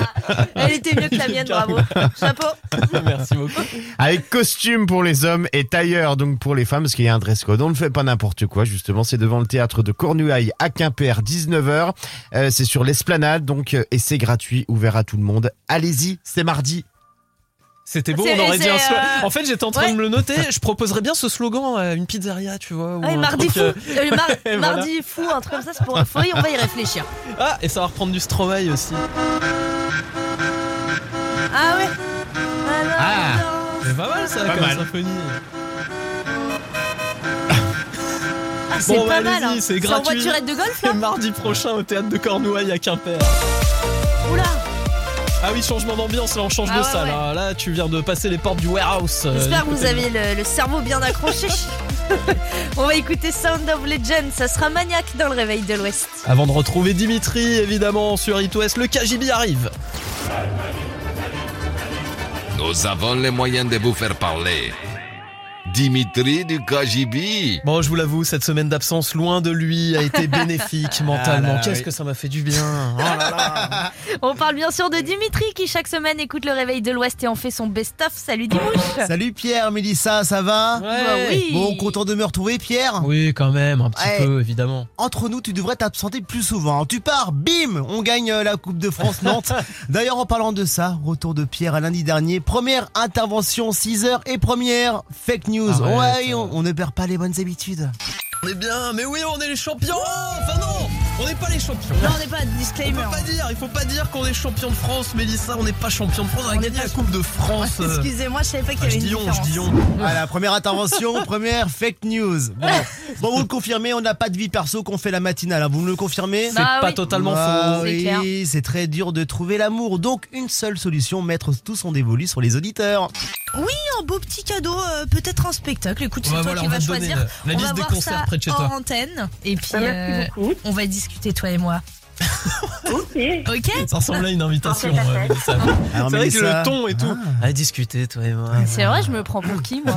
[SPEAKER 3] Elle était mieux que la mienne, bravo. Chapeau.
[SPEAKER 2] Merci beaucoup.
[SPEAKER 9] Avec costume pour les hommes et tailleur donc pour les femmes, parce qu'il y a un dress code. On ne fait pas n'importe quoi, justement. C'est devant le théâtre de Cornouailles à Quimper, 19h. Euh, c'est sur l'esplanade, donc, euh, et c'est gratuit, ouvert à tout le monde. Allez-y, c'est mardi.
[SPEAKER 2] C'était beau,
[SPEAKER 9] C'est-
[SPEAKER 2] on aurait
[SPEAKER 9] c'est,
[SPEAKER 2] dit un slogan.
[SPEAKER 9] euh,
[SPEAKER 2] En fait, j'étais en train
[SPEAKER 9] ouais.
[SPEAKER 2] de me le noter. Je proposerais bien ce slogan à une pizzeria, tu vois. ou
[SPEAKER 3] Ouais,
[SPEAKER 2] un
[SPEAKER 3] Ah, mardi
[SPEAKER 2] truc,
[SPEAKER 3] fou.
[SPEAKER 2] euh,
[SPEAKER 3] Euh, mar-
[SPEAKER 2] voilà.
[SPEAKER 3] Mardi fou, un truc comme ça, c'est pour faut y- on va y réfléchir.
[SPEAKER 2] Ah, et ça va reprendre du Stromae aussi.
[SPEAKER 3] Ah ouais Alors,
[SPEAKER 2] Ah. C'est pas mal ça,
[SPEAKER 9] Pas
[SPEAKER 2] comme
[SPEAKER 9] mal.
[SPEAKER 2] symphonie.
[SPEAKER 3] ah, c'est
[SPEAKER 2] Bon, bah,
[SPEAKER 3] pas mal.
[SPEAKER 2] allez-y,
[SPEAKER 3] hein.
[SPEAKER 2] c'est
[SPEAKER 3] en
[SPEAKER 2] gratuit.
[SPEAKER 3] voiturette de golf là
[SPEAKER 2] Et mardi prochain au théâtre de Cornouailles à Quimper.
[SPEAKER 3] Oula
[SPEAKER 2] Ah oui, changement d'ambiance, là on change
[SPEAKER 3] Ah
[SPEAKER 2] de
[SPEAKER 3] ouais,
[SPEAKER 2] salle.
[SPEAKER 3] ouais.
[SPEAKER 2] hein. Là, tu viens de passer les portes du warehouse. euh,
[SPEAKER 3] J'espère que
[SPEAKER 2] du
[SPEAKER 3] vous
[SPEAKER 2] côté de-
[SPEAKER 3] avez le, le cerveau bien accroché. on va écouter Sound of Legend, ça sera maniaque dans le réveil de l'Ouest.
[SPEAKER 2] Avant de retrouver Dimitri, évidemment, sur It West, le KGB arrive.
[SPEAKER 7] Nous avons les moyens de vous faire parler. Dimitri du KGB.
[SPEAKER 2] Bon, je vous l'avoue, cette semaine d'absence loin de lui a été bénéfique
[SPEAKER 12] Ah là
[SPEAKER 2] mentalement.
[SPEAKER 12] là,
[SPEAKER 2] Qu'est-ce
[SPEAKER 12] oui.
[SPEAKER 2] que ça m'a fait du bien. Oh là là.
[SPEAKER 3] On parle bien sûr de Dimitri qui chaque semaine écoute le réveil de l'Ouest et en fait son best-of. Salut
[SPEAKER 2] Ah,
[SPEAKER 3] Dimouche
[SPEAKER 4] Salut Pierre, Mélissa, ça va
[SPEAKER 2] Ouais.
[SPEAKER 3] oui.
[SPEAKER 4] Bon, content de me retrouver Pierre
[SPEAKER 2] Oui, quand même, un petit
[SPEAKER 4] Ouais.
[SPEAKER 2] peu, évidemment.
[SPEAKER 4] entre nous, tu devrais t'absenter plus souvent. Tu pars, bim, on gagne euh, la Coupe de France Nantes. D'ailleurs, en parlant de ça, retour de Pierre à lundi dernier. Première intervention, 6 heures et première fake news.
[SPEAKER 2] Arrête.
[SPEAKER 4] ouais, on, on ne perd pas les bonnes habitudes.
[SPEAKER 2] On est bien, mais oui, on est les champions Enfin non, on n'est pas les champions.
[SPEAKER 3] Non, on n'est pas
[SPEAKER 2] Il
[SPEAKER 3] disclaimer. hein.
[SPEAKER 2] faut pas dire, il faut pas dire qu'on est champion de France, Mélissa, on n'est pas champion de France, on a
[SPEAKER 3] On
[SPEAKER 2] gagné
[SPEAKER 3] n'est pas
[SPEAKER 2] la Coupe de France. euh,
[SPEAKER 3] Excusez-moi, je savais pas qu'il y
[SPEAKER 2] ah,
[SPEAKER 3] avait
[SPEAKER 2] je
[SPEAKER 3] une
[SPEAKER 2] dis on, je
[SPEAKER 3] différence.
[SPEAKER 2] dis on.
[SPEAKER 4] Ah, la première intervention, première fake news. Bon, bon vous le confirmez, on n'a pas de vie perso qu'on fait la matinale. hein. Vous me le confirmez
[SPEAKER 2] C'est Bah pas oui. totalement
[SPEAKER 4] Bah
[SPEAKER 2] faux.
[SPEAKER 3] C'est
[SPEAKER 4] oui,
[SPEAKER 3] clair.
[SPEAKER 4] c'est très dur de trouver l'amour. Donc, une seule solution, mettre tout son dévolu sur les auditeurs.
[SPEAKER 3] Oui, un beau petit cadeau, euh, peut-être un spectacle. Écoute, c'est
[SPEAKER 2] Ouais,
[SPEAKER 3] toi
[SPEAKER 2] voilà,
[SPEAKER 3] qui
[SPEAKER 2] on va
[SPEAKER 3] vas
[SPEAKER 2] te donner
[SPEAKER 3] choisir.
[SPEAKER 2] la- la
[SPEAKER 3] on
[SPEAKER 2] liste
[SPEAKER 3] va
[SPEAKER 2] des
[SPEAKER 3] voir
[SPEAKER 2] concerts
[SPEAKER 3] ça
[SPEAKER 2] près de chez toi.
[SPEAKER 3] en antenne. Et puis,
[SPEAKER 6] Ah, merci
[SPEAKER 3] euh, on va discuter, toi et moi. Ok
[SPEAKER 2] Ça ressemble à une invitation,
[SPEAKER 3] Parfait,
[SPEAKER 2] euh, Mélissa.
[SPEAKER 4] Alors,
[SPEAKER 2] C'est vrai que
[SPEAKER 4] Mélissa-
[SPEAKER 2] le ton et tout. À discuter, toi et moi.
[SPEAKER 3] C'est vrai, je me prends pour qui, moi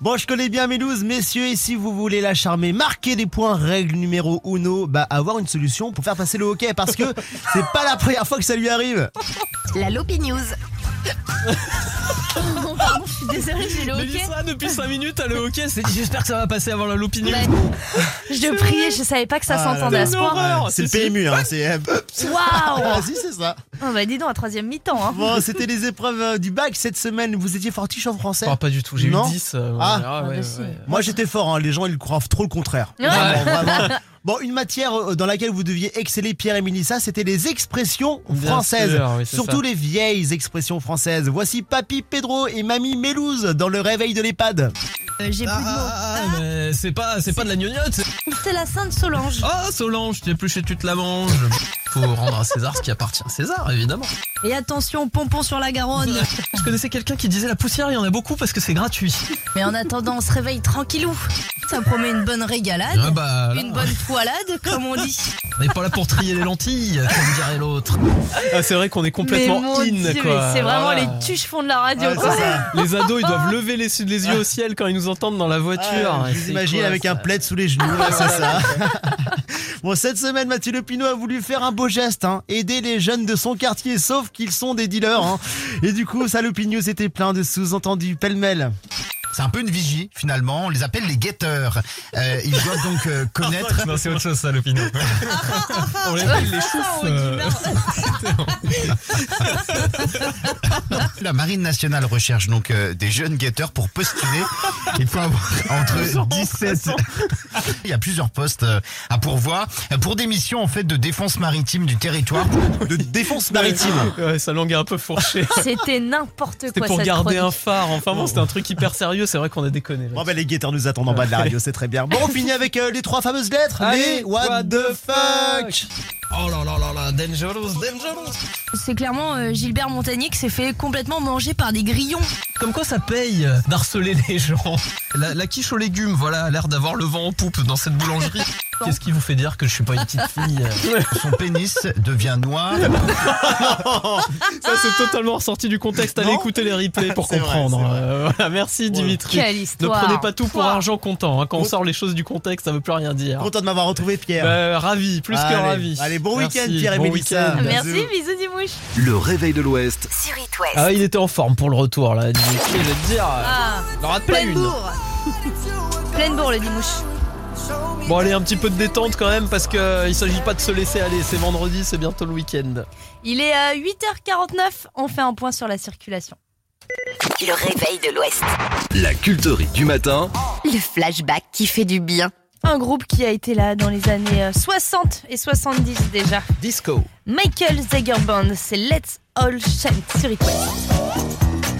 [SPEAKER 4] Bon, je connais bien Mélouse, messieurs, et si vous voulez la charmer, marquez des points. Règle numéro uno, bah, avoir une solution pour faire passer le hockey, parce que c'est pas la première fois que ça lui arrive.
[SPEAKER 16] La Lopi News.
[SPEAKER 3] Bon, Pardon, je suis désolée, j'ai le hockey.
[SPEAKER 2] Mélissa, depuis 5 minutes, elle est ok. C'est dit, j'espère que ça va passer avant la l'opinion.
[SPEAKER 3] Bah, Je priais, je savais pas que ça s'entendait à ce point.
[SPEAKER 2] Ah, horreur,
[SPEAKER 4] C'est le
[SPEAKER 2] si, si.
[SPEAKER 4] PMU, hein, c'est. Ah,
[SPEAKER 2] Oh.
[SPEAKER 3] Waouh
[SPEAKER 4] si, c'est ça.
[SPEAKER 3] On bah dis donc, à troisième mi-temps. Hein.
[SPEAKER 4] Bon, c'était les épreuves euh, du bac cette semaine. Vous étiez fortiche en français
[SPEAKER 2] Oh, pas du tout, j'ai eu
[SPEAKER 4] Non.
[SPEAKER 2] 10. euh,
[SPEAKER 4] Ah.
[SPEAKER 2] ouais, ouais,
[SPEAKER 3] bah si.
[SPEAKER 2] ouais.
[SPEAKER 4] Moi, j'étais fort, hein. les gens, ils croient trop le contraire.
[SPEAKER 3] Ouais.
[SPEAKER 4] Vraiment, vraiment. Bon, une matière euh, dans laquelle vous deviez exceller Pierre et Mélissa, c'était les expressions
[SPEAKER 2] Bien
[SPEAKER 4] françaises.
[SPEAKER 2] sûr, oui, c'est ça.
[SPEAKER 4] Surtout les vieilles expressions françaises. Voici Papy Pedro et Mamie Mélouse dans le réveil de l'EHPAD.
[SPEAKER 3] Euh, j'ai plus de mots.
[SPEAKER 2] Ah, mais c'est pas, c'est pas de la gnognotte. c'est-
[SPEAKER 3] C'est la Sainte Solange.
[SPEAKER 2] Oh, Solange, t'es plus chez tu te la manges. Faut rendre à César ce qui appartient à César, évidemment.
[SPEAKER 3] Et attention, pompon sur la Garonne.
[SPEAKER 2] Je connaissais quelqu'un qui disait la poussière, il y en a beaucoup parce que c'est gratuit.
[SPEAKER 3] Mais en attendant, on se réveille tranquillou. ça promet une bonne régalade,
[SPEAKER 2] Ah bah, là.
[SPEAKER 3] une bonne poilade, comme on dit.
[SPEAKER 2] On n'est pas là pour trier les lentilles, comme dirait l'autre. Ah, c'est vrai qu'on est complètement
[SPEAKER 3] Mais mon
[SPEAKER 2] in,
[SPEAKER 3] Dieu,
[SPEAKER 2] quoi.
[SPEAKER 3] mais C'est vraiment
[SPEAKER 2] Voilà.
[SPEAKER 3] les tuches fond de la radio.
[SPEAKER 2] Ouais, c'est
[SPEAKER 3] quoi.
[SPEAKER 2] ça. Les ados, ils doivent lever les, les yeux au ciel quand ils nous entendent dans la voiture.
[SPEAKER 4] je les imagine avec un plaid sous les genoux, là, c'est ça. Bon, cette semaine, Mathieu Le Pinot a voulu faire un beau geste, hein, aider les jeunes de son quartier, sauf qu'ils sont des dealers. hein. Et du coup, ça, Le Pinot, c'était plein de sous-entendus pêle-mêle.
[SPEAKER 9] C'est un peu une vigie finalement, on les appelle les guetteurs. Euh, ils doivent donc euh, connaître...
[SPEAKER 2] Non, c'est autre chose ça, l'opinion. On
[SPEAKER 9] l'appelle les
[SPEAKER 2] choufs.
[SPEAKER 9] La marine nationale recherche donc euh, des jeunes guetteurs pour postuler. Il faut avoir entre 17... Il y a plusieurs postes euh, à pourvoir euh, pour des missions en fait de défense maritime du territoire.
[SPEAKER 4] De défense
[SPEAKER 9] maritime
[SPEAKER 2] Ouais, sa langue est un peu fourchée.
[SPEAKER 3] C'était n'importe quoi.
[SPEAKER 2] C'était pour
[SPEAKER 3] cette
[SPEAKER 2] garder un
[SPEAKER 3] chronique.
[SPEAKER 2] phare. Enfin, bon, c'était un truc hyper sérieux. C'est vrai qu'on a déconné. là.
[SPEAKER 4] Bon, ben, les guetteurs nous attendent en bas de la radio, c'est très bien. Bon, on finit avec euh, les trois fameuses lettres. les what, the fuck
[SPEAKER 2] Oh là là là là, dangerous, dangerous.
[SPEAKER 3] C'est clairement euh, Gilbert Montagnier qui s'est fait complètement manger par des grillons.
[SPEAKER 2] Comme quoi ça paye euh, d'harceler les gens. La, la quiche aux légumes, voilà, a l'air d'avoir le vent en poupe dans cette boulangerie. Qu'est-ce qui vous fait dire que je suis pas une petite fille euh,
[SPEAKER 9] Son pénis devient noir.
[SPEAKER 2] Ça c'est totalement ressorti du contexte. Allez écouter les replays pour
[SPEAKER 9] C'est vrai,
[SPEAKER 2] comprendre. Euh, voilà, merci Dimitri.
[SPEAKER 3] Quelle histoire.
[SPEAKER 2] Ne prenez pas tout pour
[SPEAKER 3] Pouah.
[SPEAKER 2] argent comptant. hein. Quand on sort les choses du contexte, ça veut plus rien dire.
[SPEAKER 4] Content de m'avoir retrouvé, Pierre.
[SPEAKER 2] Bah, ravi, plus
[SPEAKER 4] Allez,
[SPEAKER 2] que ravi.
[SPEAKER 4] allez, bon
[SPEAKER 2] Merci,
[SPEAKER 4] week-end, Pierre et
[SPEAKER 2] bon
[SPEAKER 4] Mélissa.
[SPEAKER 2] week-end.
[SPEAKER 3] Ah, Merci, bisous Dimouche.
[SPEAKER 10] Le réveil de l'Ouest.
[SPEAKER 16] Sur It West.
[SPEAKER 2] Ah, il était en forme pour le retour là, Dimitri. Je vais te dire,
[SPEAKER 3] Ah,
[SPEAKER 2] il en rate pas
[SPEAKER 3] pleine
[SPEAKER 2] une.
[SPEAKER 3] bourre. pleine bourre le Dimouche.
[SPEAKER 2] Bon allez un petit peu de détente quand même parce que euh, il s'agit pas de se laisser aller, c'est vendredi, c'est bientôt le week-end.
[SPEAKER 3] Il est euh, à 8h49, on fait un point sur la circulation.
[SPEAKER 16] Le réveil de l'Ouest.
[SPEAKER 10] La culterie du matin.
[SPEAKER 16] Le flashback qui fait du bien.
[SPEAKER 3] Un groupe qui a été là dans les années euh, 60 et 70 déjà.
[SPEAKER 2] Disco.
[SPEAKER 3] Michael Zagerband, c'est Let's All Chant sur It West.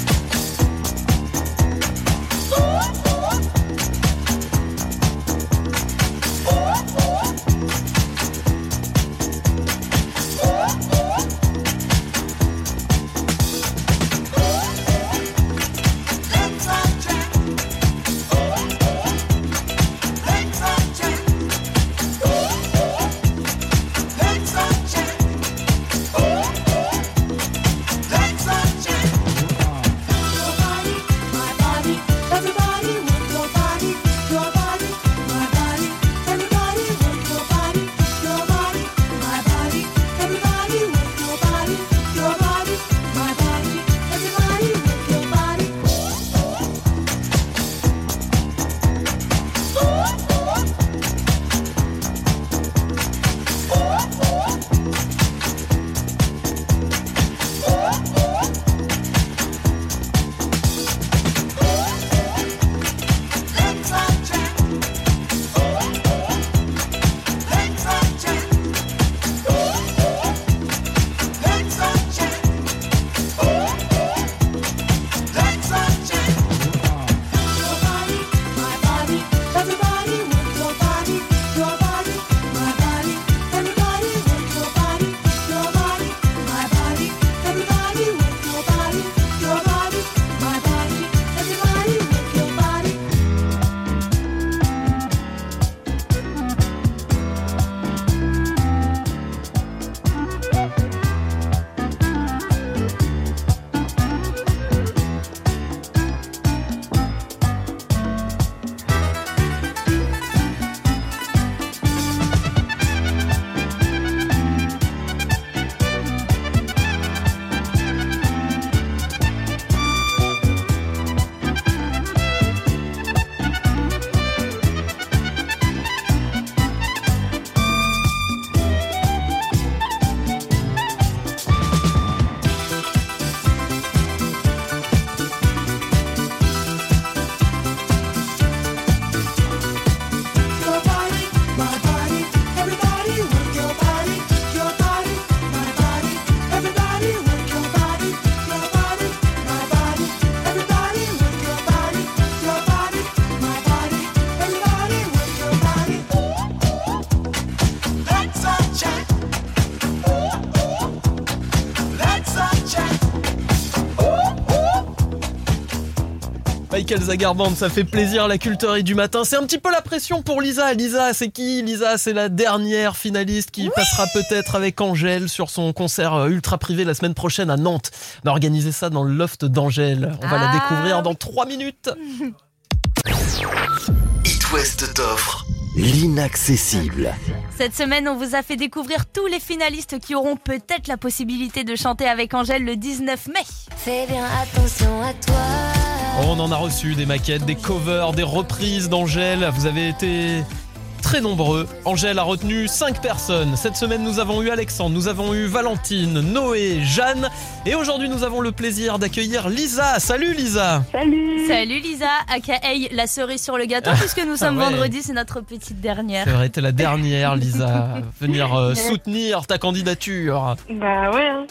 [SPEAKER 11] Let's all check.
[SPEAKER 2] Michael Zagarband, ça fait plaisir, la culterie du matin. C'est un petit peu la pression pour Lisa. Lisa, c'est qui Lisa, c'est la dernière finaliste qui passera peut-être avec Angèle sur son concert euh, ultra privé la semaine prochaine à Nantes. On a organisé ça dans le loft d'Angèle. On va la
[SPEAKER 3] Ah.
[SPEAKER 2] découvrir dans 3 minutes.
[SPEAKER 10] It West t'offre l'inaccessible.
[SPEAKER 3] Cette semaine, on vous a fait découvrir tous les finalistes qui auront peut-être la possibilité de chanter avec Angèle le 19 mai. Fais bien attention à toi.
[SPEAKER 2] On en a reçu des maquettes, des covers, des reprises d'Angèle. Vous avez été très nombreux. Angèle a retenu 5 personnes. Cette semaine, nous avons eu Alexandre, nous avons eu Valentine, Noé, Jeanne. Et aujourd'hui, nous avons le plaisir d'accueillir Lisa. Salut Lisa
[SPEAKER 6] Salut
[SPEAKER 3] Salut Lisa, aka la cerise sur le gâteau, puisque nous sommes
[SPEAKER 2] Ouais.
[SPEAKER 3] vendredi, c'est notre petite dernière.
[SPEAKER 2] C'est vrai, t'es la dernière, Lisa, à venir euh, soutenir ta candidature.
[SPEAKER 6] Bah ouais. hein.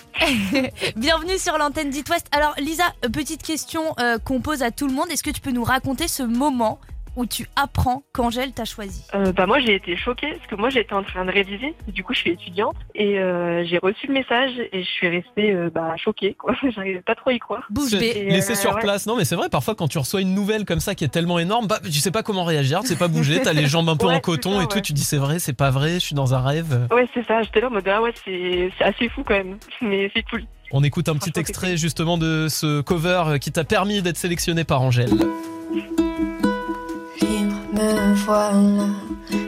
[SPEAKER 3] Bienvenue sur l'antenne d'It West. Alors Lisa, euh, petite question euh, qu'on pose à tout le monde. Est-ce que tu peux nous raconter ce moment où tu apprends qu'Angèle t'a choisi
[SPEAKER 6] Euh, bah moi j'ai été choquée parce que moi j'étais en train de réviser. Du coup je suis étudiante et euh, j'ai reçu le message et je suis restée euh, bah, choquée. quoi. J'arrivais pas trop à y croire.
[SPEAKER 3] Bouche
[SPEAKER 2] Se-
[SPEAKER 3] bée.
[SPEAKER 2] Laisser
[SPEAKER 6] Euh,
[SPEAKER 2] sur
[SPEAKER 6] ouais.
[SPEAKER 2] place. Non, mais c'est vrai, parfois quand tu reçois une nouvelle comme ça qui est tellement énorme, bah, tu sais pas comment réagir, tu sais pas bouger, t'as les jambes un peu
[SPEAKER 6] Ouais,
[SPEAKER 2] en coton
[SPEAKER 6] c'est ça,
[SPEAKER 2] et tout,
[SPEAKER 6] ouais.
[SPEAKER 2] tu dis c'est vrai, c'est pas vrai, je suis dans un rêve.
[SPEAKER 6] Ouais c'est ça. J'étais là en mode ah ouais c'est c'est assez fou quand même. Mais c'est cool.
[SPEAKER 2] On écoute un petit extrait justement de ce cover euh, qui t'a permis d'être sélectionné par Angèle.
[SPEAKER 3] Ah,
[SPEAKER 17] Libre, me voilà,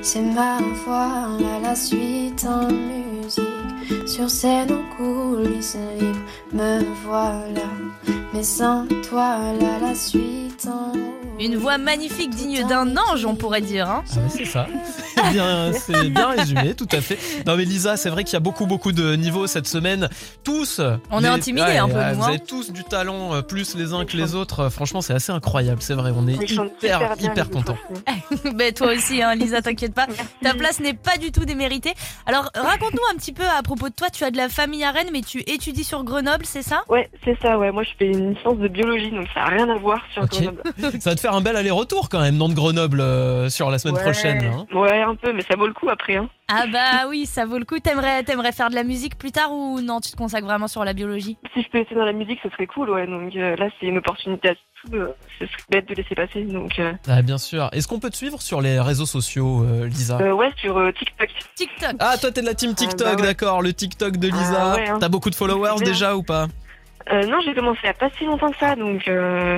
[SPEAKER 17] c'est ma voix, à la suite en musique. Sur scène en coulisses, libre, me voilà, mais sans toi, là, la suite en
[SPEAKER 3] Une voix magnifique, digne d'un ange, on pourrait dire. hein.
[SPEAKER 2] Ah ouais, c'est ça. C'est bien, c'est bien résumé, tout à fait. Non mais Lisa, c'est vrai qu'il y a beaucoup beaucoup de niveaux cette semaine. Tous.
[SPEAKER 3] On est intimidés un peu, nous,
[SPEAKER 2] Vous
[SPEAKER 3] hein.
[SPEAKER 2] avez tous du talent, euh, plus les uns que les autres. Franchement, c'est assez incroyable, c'est vrai. On est
[SPEAKER 6] Ils
[SPEAKER 2] hyper
[SPEAKER 6] chantent super bien,
[SPEAKER 2] hyper
[SPEAKER 6] les
[SPEAKER 2] contents.
[SPEAKER 3] ben toi aussi, hein, Lisa, t'inquiète pas. Ta place n'est pas du tout déméritée. Alors raconte-nous un petit peu à propos de toi. Tu as de la famille à Rennes, mais tu étudies sur Grenoble, c'est ça
[SPEAKER 6] Ouais c'est ça ouais. Moi je fais une licence de biologie donc ça a rien à voir sur
[SPEAKER 2] Ok.
[SPEAKER 6] Grenoble.
[SPEAKER 2] Ça va te faire un bel aller-retour quand même, Nantes Grenoble euh, sur la semaine
[SPEAKER 6] Ouais.
[SPEAKER 2] prochaine. hein.
[SPEAKER 6] Ouais un peu mais ça vaut le coup après. Hein.
[SPEAKER 3] Ah bah oui, ça vaut le coup. T'aimerais, t'aimerais faire de la musique plus tard ou non Tu te consacres vraiment sur la biologie
[SPEAKER 6] Si je peux essayer dans la musique ce serait cool ouais. Donc euh, là c'est une opportunité à tout. euh, ce serait bête de laisser passer donc. euh,
[SPEAKER 2] Ah, bien sûr. Est-ce qu'on peut te suivre sur les réseaux sociaux, euh, Lisa
[SPEAKER 6] euh, ouais sur euh, TikTok.
[SPEAKER 3] TikTok.
[SPEAKER 2] Ah, toi, t'es de la team TikTok,
[SPEAKER 6] Ah, bah ouais.
[SPEAKER 2] d'accord. Le TikTok de Lisa.
[SPEAKER 6] Ah, ouais, hein.
[SPEAKER 2] T'as beaucoup de followers
[SPEAKER 6] C'est bien.
[SPEAKER 2] déjà ou pas
[SPEAKER 6] Euh, non, j'ai commencé à pas si longtemps que ça, donc. euh,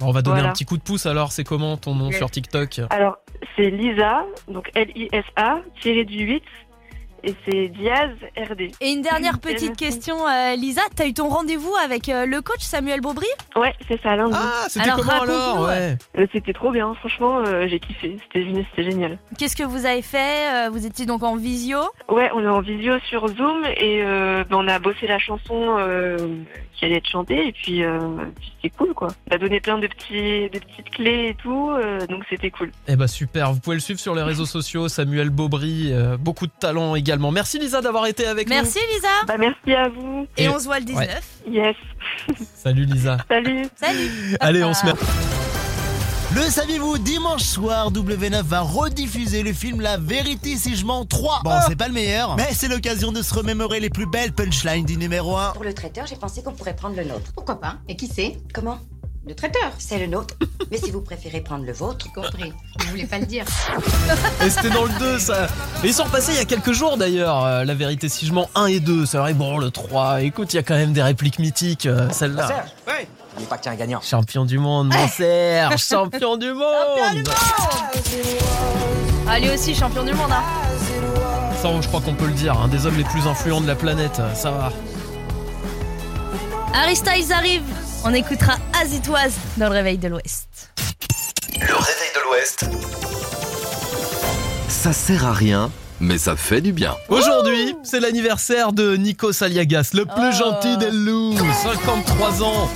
[SPEAKER 2] Bon, On va donner
[SPEAKER 6] Voilà.
[SPEAKER 2] un petit coup de pouce alors. C'est comment ton nom
[SPEAKER 6] Ouais.
[SPEAKER 2] sur TikTok
[SPEAKER 6] Alors, c'est Lisa, donc L-I-S-A, tiré du 8, et c'est Diaz RD.
[SPEAKER 3] Et une dernière petite question, euh, Lisa. T'as eu ton rendez-vous avec euh, le coach Samuel Beaubry
[SPEAKER 6] Ouais, c'est ça, lundi.
[SPEAKER 2] Ah, c'était
[SPEAKER 3] Alors,
[SPEAKER 2] comment alors
[SPEAKER 3] raconte-nous,
[SPEAKER 2] ouais.
[SPEAKER 6] Euh, c'était trop bien, franchement, euh, j'ai kiffé, c'était génial, c'était génial.
[SPEAKER 3] Qu'est-ce que vous avez fait Euh, Vous étiez donc en visio
[SPEAKER 6] Ouais, on est en visio sur Zoom, et euh, ben, on a bossé la chanson euh, qui allait être chantée, et puis, euh, puis c'était cool, quoi. On a donné plein de, petits, de petites clés et tout, euh, donc c'était cool.
[SPEAKER 2] Eh bah super. Vous pouvez le suivre sur les réseaux sociaux. Samuel Beaubry, euh, beaucoup de talent également. Merci Lisa d'avoir été avec nous.
[SPEAKER 3] Merci Lisa.
[SPEAKER 6] Bah, merci à vous,
[SPEAKER 3] Et,
[SPEAKER 2] Et-
[SPEAKER 3] on se voit le 19.
[SPEAKER 2] Ouais.
[SPEAKER 6] yes,
[SPEAKER 2] Salut Lisa.
[SPEAKER 6] salut
[SPEAKER 3] Salut.
[SPEAKER 2] Allez, on se met.
[SPEAKER 4] Le saviez-vous, dimanche soir, W9 va rediffuser le film La vérité si je mens 3. Bon, c'est pas le meilleur, mais c'est l'occasion de se remémorer les plus belles punchlines du numéro 1.
[SPEAKER 5] Pour le traiteur, j'ai pensé qu'on pourrait prendre le nôtre. Pourquoi pas Et qui sait Comment Le traiteur, c'est le nôtre. Mais si vous préférez prendre le vôtre, compris. Vous voulez pas le dire.
[SPEAKER 2] Et c'était dans le 2 ça. Et ils sont repassés il y a quelques jours d'ailleurs. euh, la vérité si je mens 1 et 2. C'est vrai que bon le 3. Écoute, il y a quand même des répliques mythiques euh, celle-là.
[SPEAKER 18] Serge, ouais. N'oublie pas que t'es un gagnant.
[SPEAKER 2] Champion du monde, mon Serge, champion du monde
[SPEAKER 3] Ah, lui aussi, champion du monde. hein.
[SPEAKER 2] Ça, je crois qu'on peut le dire, un des hommes les plus influents de la planète, ça va.
[SPEAKER 3] Harry Styles arrive. On écoutera As It Was dans le réveil de l'Ouest.
[SPEAKER 10] Le réveil de l'Ouest.
[SPEAKER 7] Ça sert à rien, mais ça fait du bien.
[SPEAKER 2] Aujourd'hui, c'est l'anniversaire de Nikos Aliagas, le plus gentil des loups, 53 ans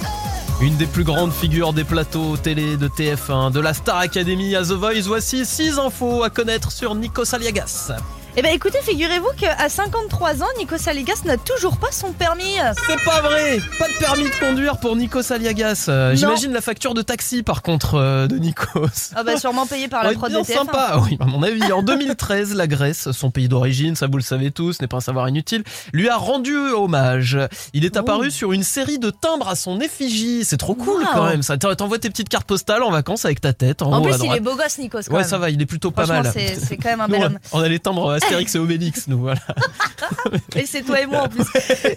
[SPEAKER 2] une des plus grandes figures des plateaux télé de TF1, de la Star Academy à The Voice, voici 6 infos à connaître sur Nikos Aliagas.
[SPEAKER 3] Eh ben écoutez, figurez-vous qu'à 53 ans, Nico Saligas n'a toujours pas son permis.
[SPEAKER 2] C'est pas vrai Pas de permis de conduire pour Nikos Aliagas. Euh,
[SPEAKER 3] Non.
[SPEAKER 2] J'imagine la facture de taxi par contre euh, de Nikos.
[SPEAKER 3] Ah bah sûrement payé par
[SPEAKER 2] Ouais,
[SPEAKER 3] la prod de
[SPEAKER 2] bien
[SPEAKER 3] TF1.
[SPEAKER 2] Oh, sympa, oui, à mon avis. En 2013, la Grèce, son pays d'origine, ça vous le savez tous, n'est pas un savoir inutile, lui a rendu hommage. Il est apparu sur une série de timbres à son effigie. C'est trop cool
[SPEAKER 3] Wow.
[SPEAKER 2] quand même. Ça T'en- t'envoies tes petites cartes postales en vacances avec ta tête
[SPEAKER 3] En
[SPEAKER 2] en, haut à
[SPEAKER 3] plus, il
[SPEAKER 2] droite.
[SPEAKER 3] est beau gosse, Nikos. Quand
[SPEAKER 2] Oh, Ouais,
[SPEAKER 3] même.
[SPEAKER 2] ça va, il est plutôt pas
[SPEAKER 3] Franchement,
[SPEAKER 2] mal.
[SPEAKER 3] c'est- c'est quand même un
[SPEAKER 2] Nous,
[SPEAKER 3] bel
[SPEAKER 2] on-
[SPEAKER 3] homme.
[SPEAKER 2] On a les timbres Astérix et Obélix, nous, voilà.
[SPEAKER 3] Et c'est toi et moi en plus.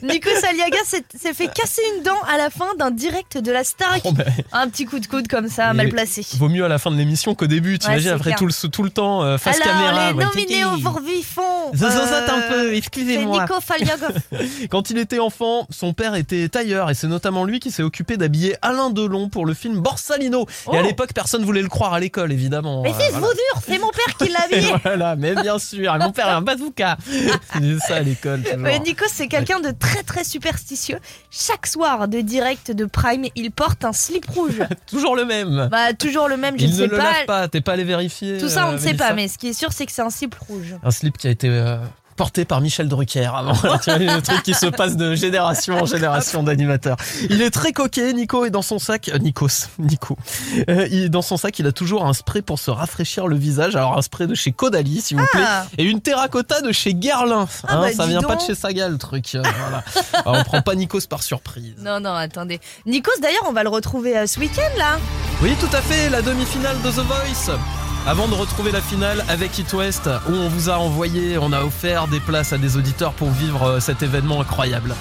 [SPEAKER 3] Nico Aliagas s'est s'est fait casser une dent à la fin d'un direct de la Star.
[SPEAKER 2] Oh, ben.
[SPEAKER 3] Un petit coup de coude comme ça,
[SPEAKER 2] Mais
[SPEAKER 3] mal placé.
[SPEAKER 2] Vaut mieux à la fin de l'émission qu'au début, t'imagines,
[SPEAKER 3] c'est
[SPEAKER 2] après
[SPEAKER 3] clair.
[SPEAKER 2] tout le, tout le temps, euh, face
[SPEAKER 3] Alors,
[SPEAKER 2] caméra.
[SPEAKER 3] les
[SPEAKER 2] ouais,
[SPEAKER 3] nominés
[SPEAKER 2] tiki.
[SPEAKER 3] aujourd'hui font.
[SPEAKER 2] Je zozote
[SPEAKER 3] euh,
[SPEAKER 2] un peu,
[SPEAKER 3] c'est
[SPEAKER 2] excusez-moi.
[SPEAKER 3] Nico Aliagas.
[SPEAKER 2] Quand il était enfant, son père était tailleur et c'est notamment lui qui s'est occupé d'habiller Alain Delon pour le film Borsalino.
[SPEAKER 3] Oh.
[SPEAKER 2] Et à l'époque, personne voulait le croire à l'école, évidemment.
[SPEAKER 3] Mais
[SPEAKER 2] Euh,
[SPEAKER 3] c'est ce
[SPEAKER 2] voilà.
[SPEAKER 3] vous dur, c'est mon père qui l'a
[SPEAKER 2] Et
[SPEAKER 3] habillé.
[SPEAKER 2] voilà, mais bien sûr, et mon père est un bazooka. C'est ça à l'école. toujours.
[SPEAKER 3] Ouais, Nico, c'est quelqu'un de très très superstitieux. Chaque soir de direct de Prime, il porte un slip rouge.
[SPEAKER 2] Toujours le même.
[SPEAKER 3] bah, toujours le même, je
[SPEAKER 2] il
[SPEAKER 3] ne
[SPEAKER 2] ne
[SPEAKER 3] sais
[SPEAKER 2] le
[SPEAKER 3] pas.
[SPEAKER 2] lave pas, t'es pas allé vérifier.
[SPEAKER 3] Tout ça, on
[SPEAKER 2] euh,
[SPEAKER 3] ne sait
[SPEAKER 2] Mélissa
[SPEAKER 3] pas, mais ce qui est sûr, c'est que c'est un slip rouge.
[SPEAKER 2] Un slip qui a été euh, porté par Michel Drucker avant. tu vois, le truc qui se passe de génération en génération d'animateurs. Il est très coquet, Nico, et dans son sac, euh, Nikos, Nico. Euh, il- dans son sac, il a toujours un spray pour se rafraîchir le visage. Alors un spray de chez Caudalie, s'il vous plaît,
[SPEAKER 3] Ah.
[SPEAKER 2] et une terracotta de chez Guerlain. Hein,
[SPEAKER 3] Ah bah,
[SPEAKER 2] ça
[SPEAKER 3] dis
[SPEAKER 2] vient pas de
[SPEAKER 3] donc.
[SPEAKER 2] chez Saga, le truc. euh, voilà. Alors, on prend pas Nikos par surprise.
[SPEAKER 3] Non, non, attendez. Nikos, d'ailleurs, on va le retrouver euh, ce week-end là.
[SPEAKER 2] Oui, tout à fait, la demi-finale de The Voice. Avant de retrouver la finale avec It West, où on vous a envoyé, on a offert des places à des auditeurs pour vivre euh, cet événement incroyable.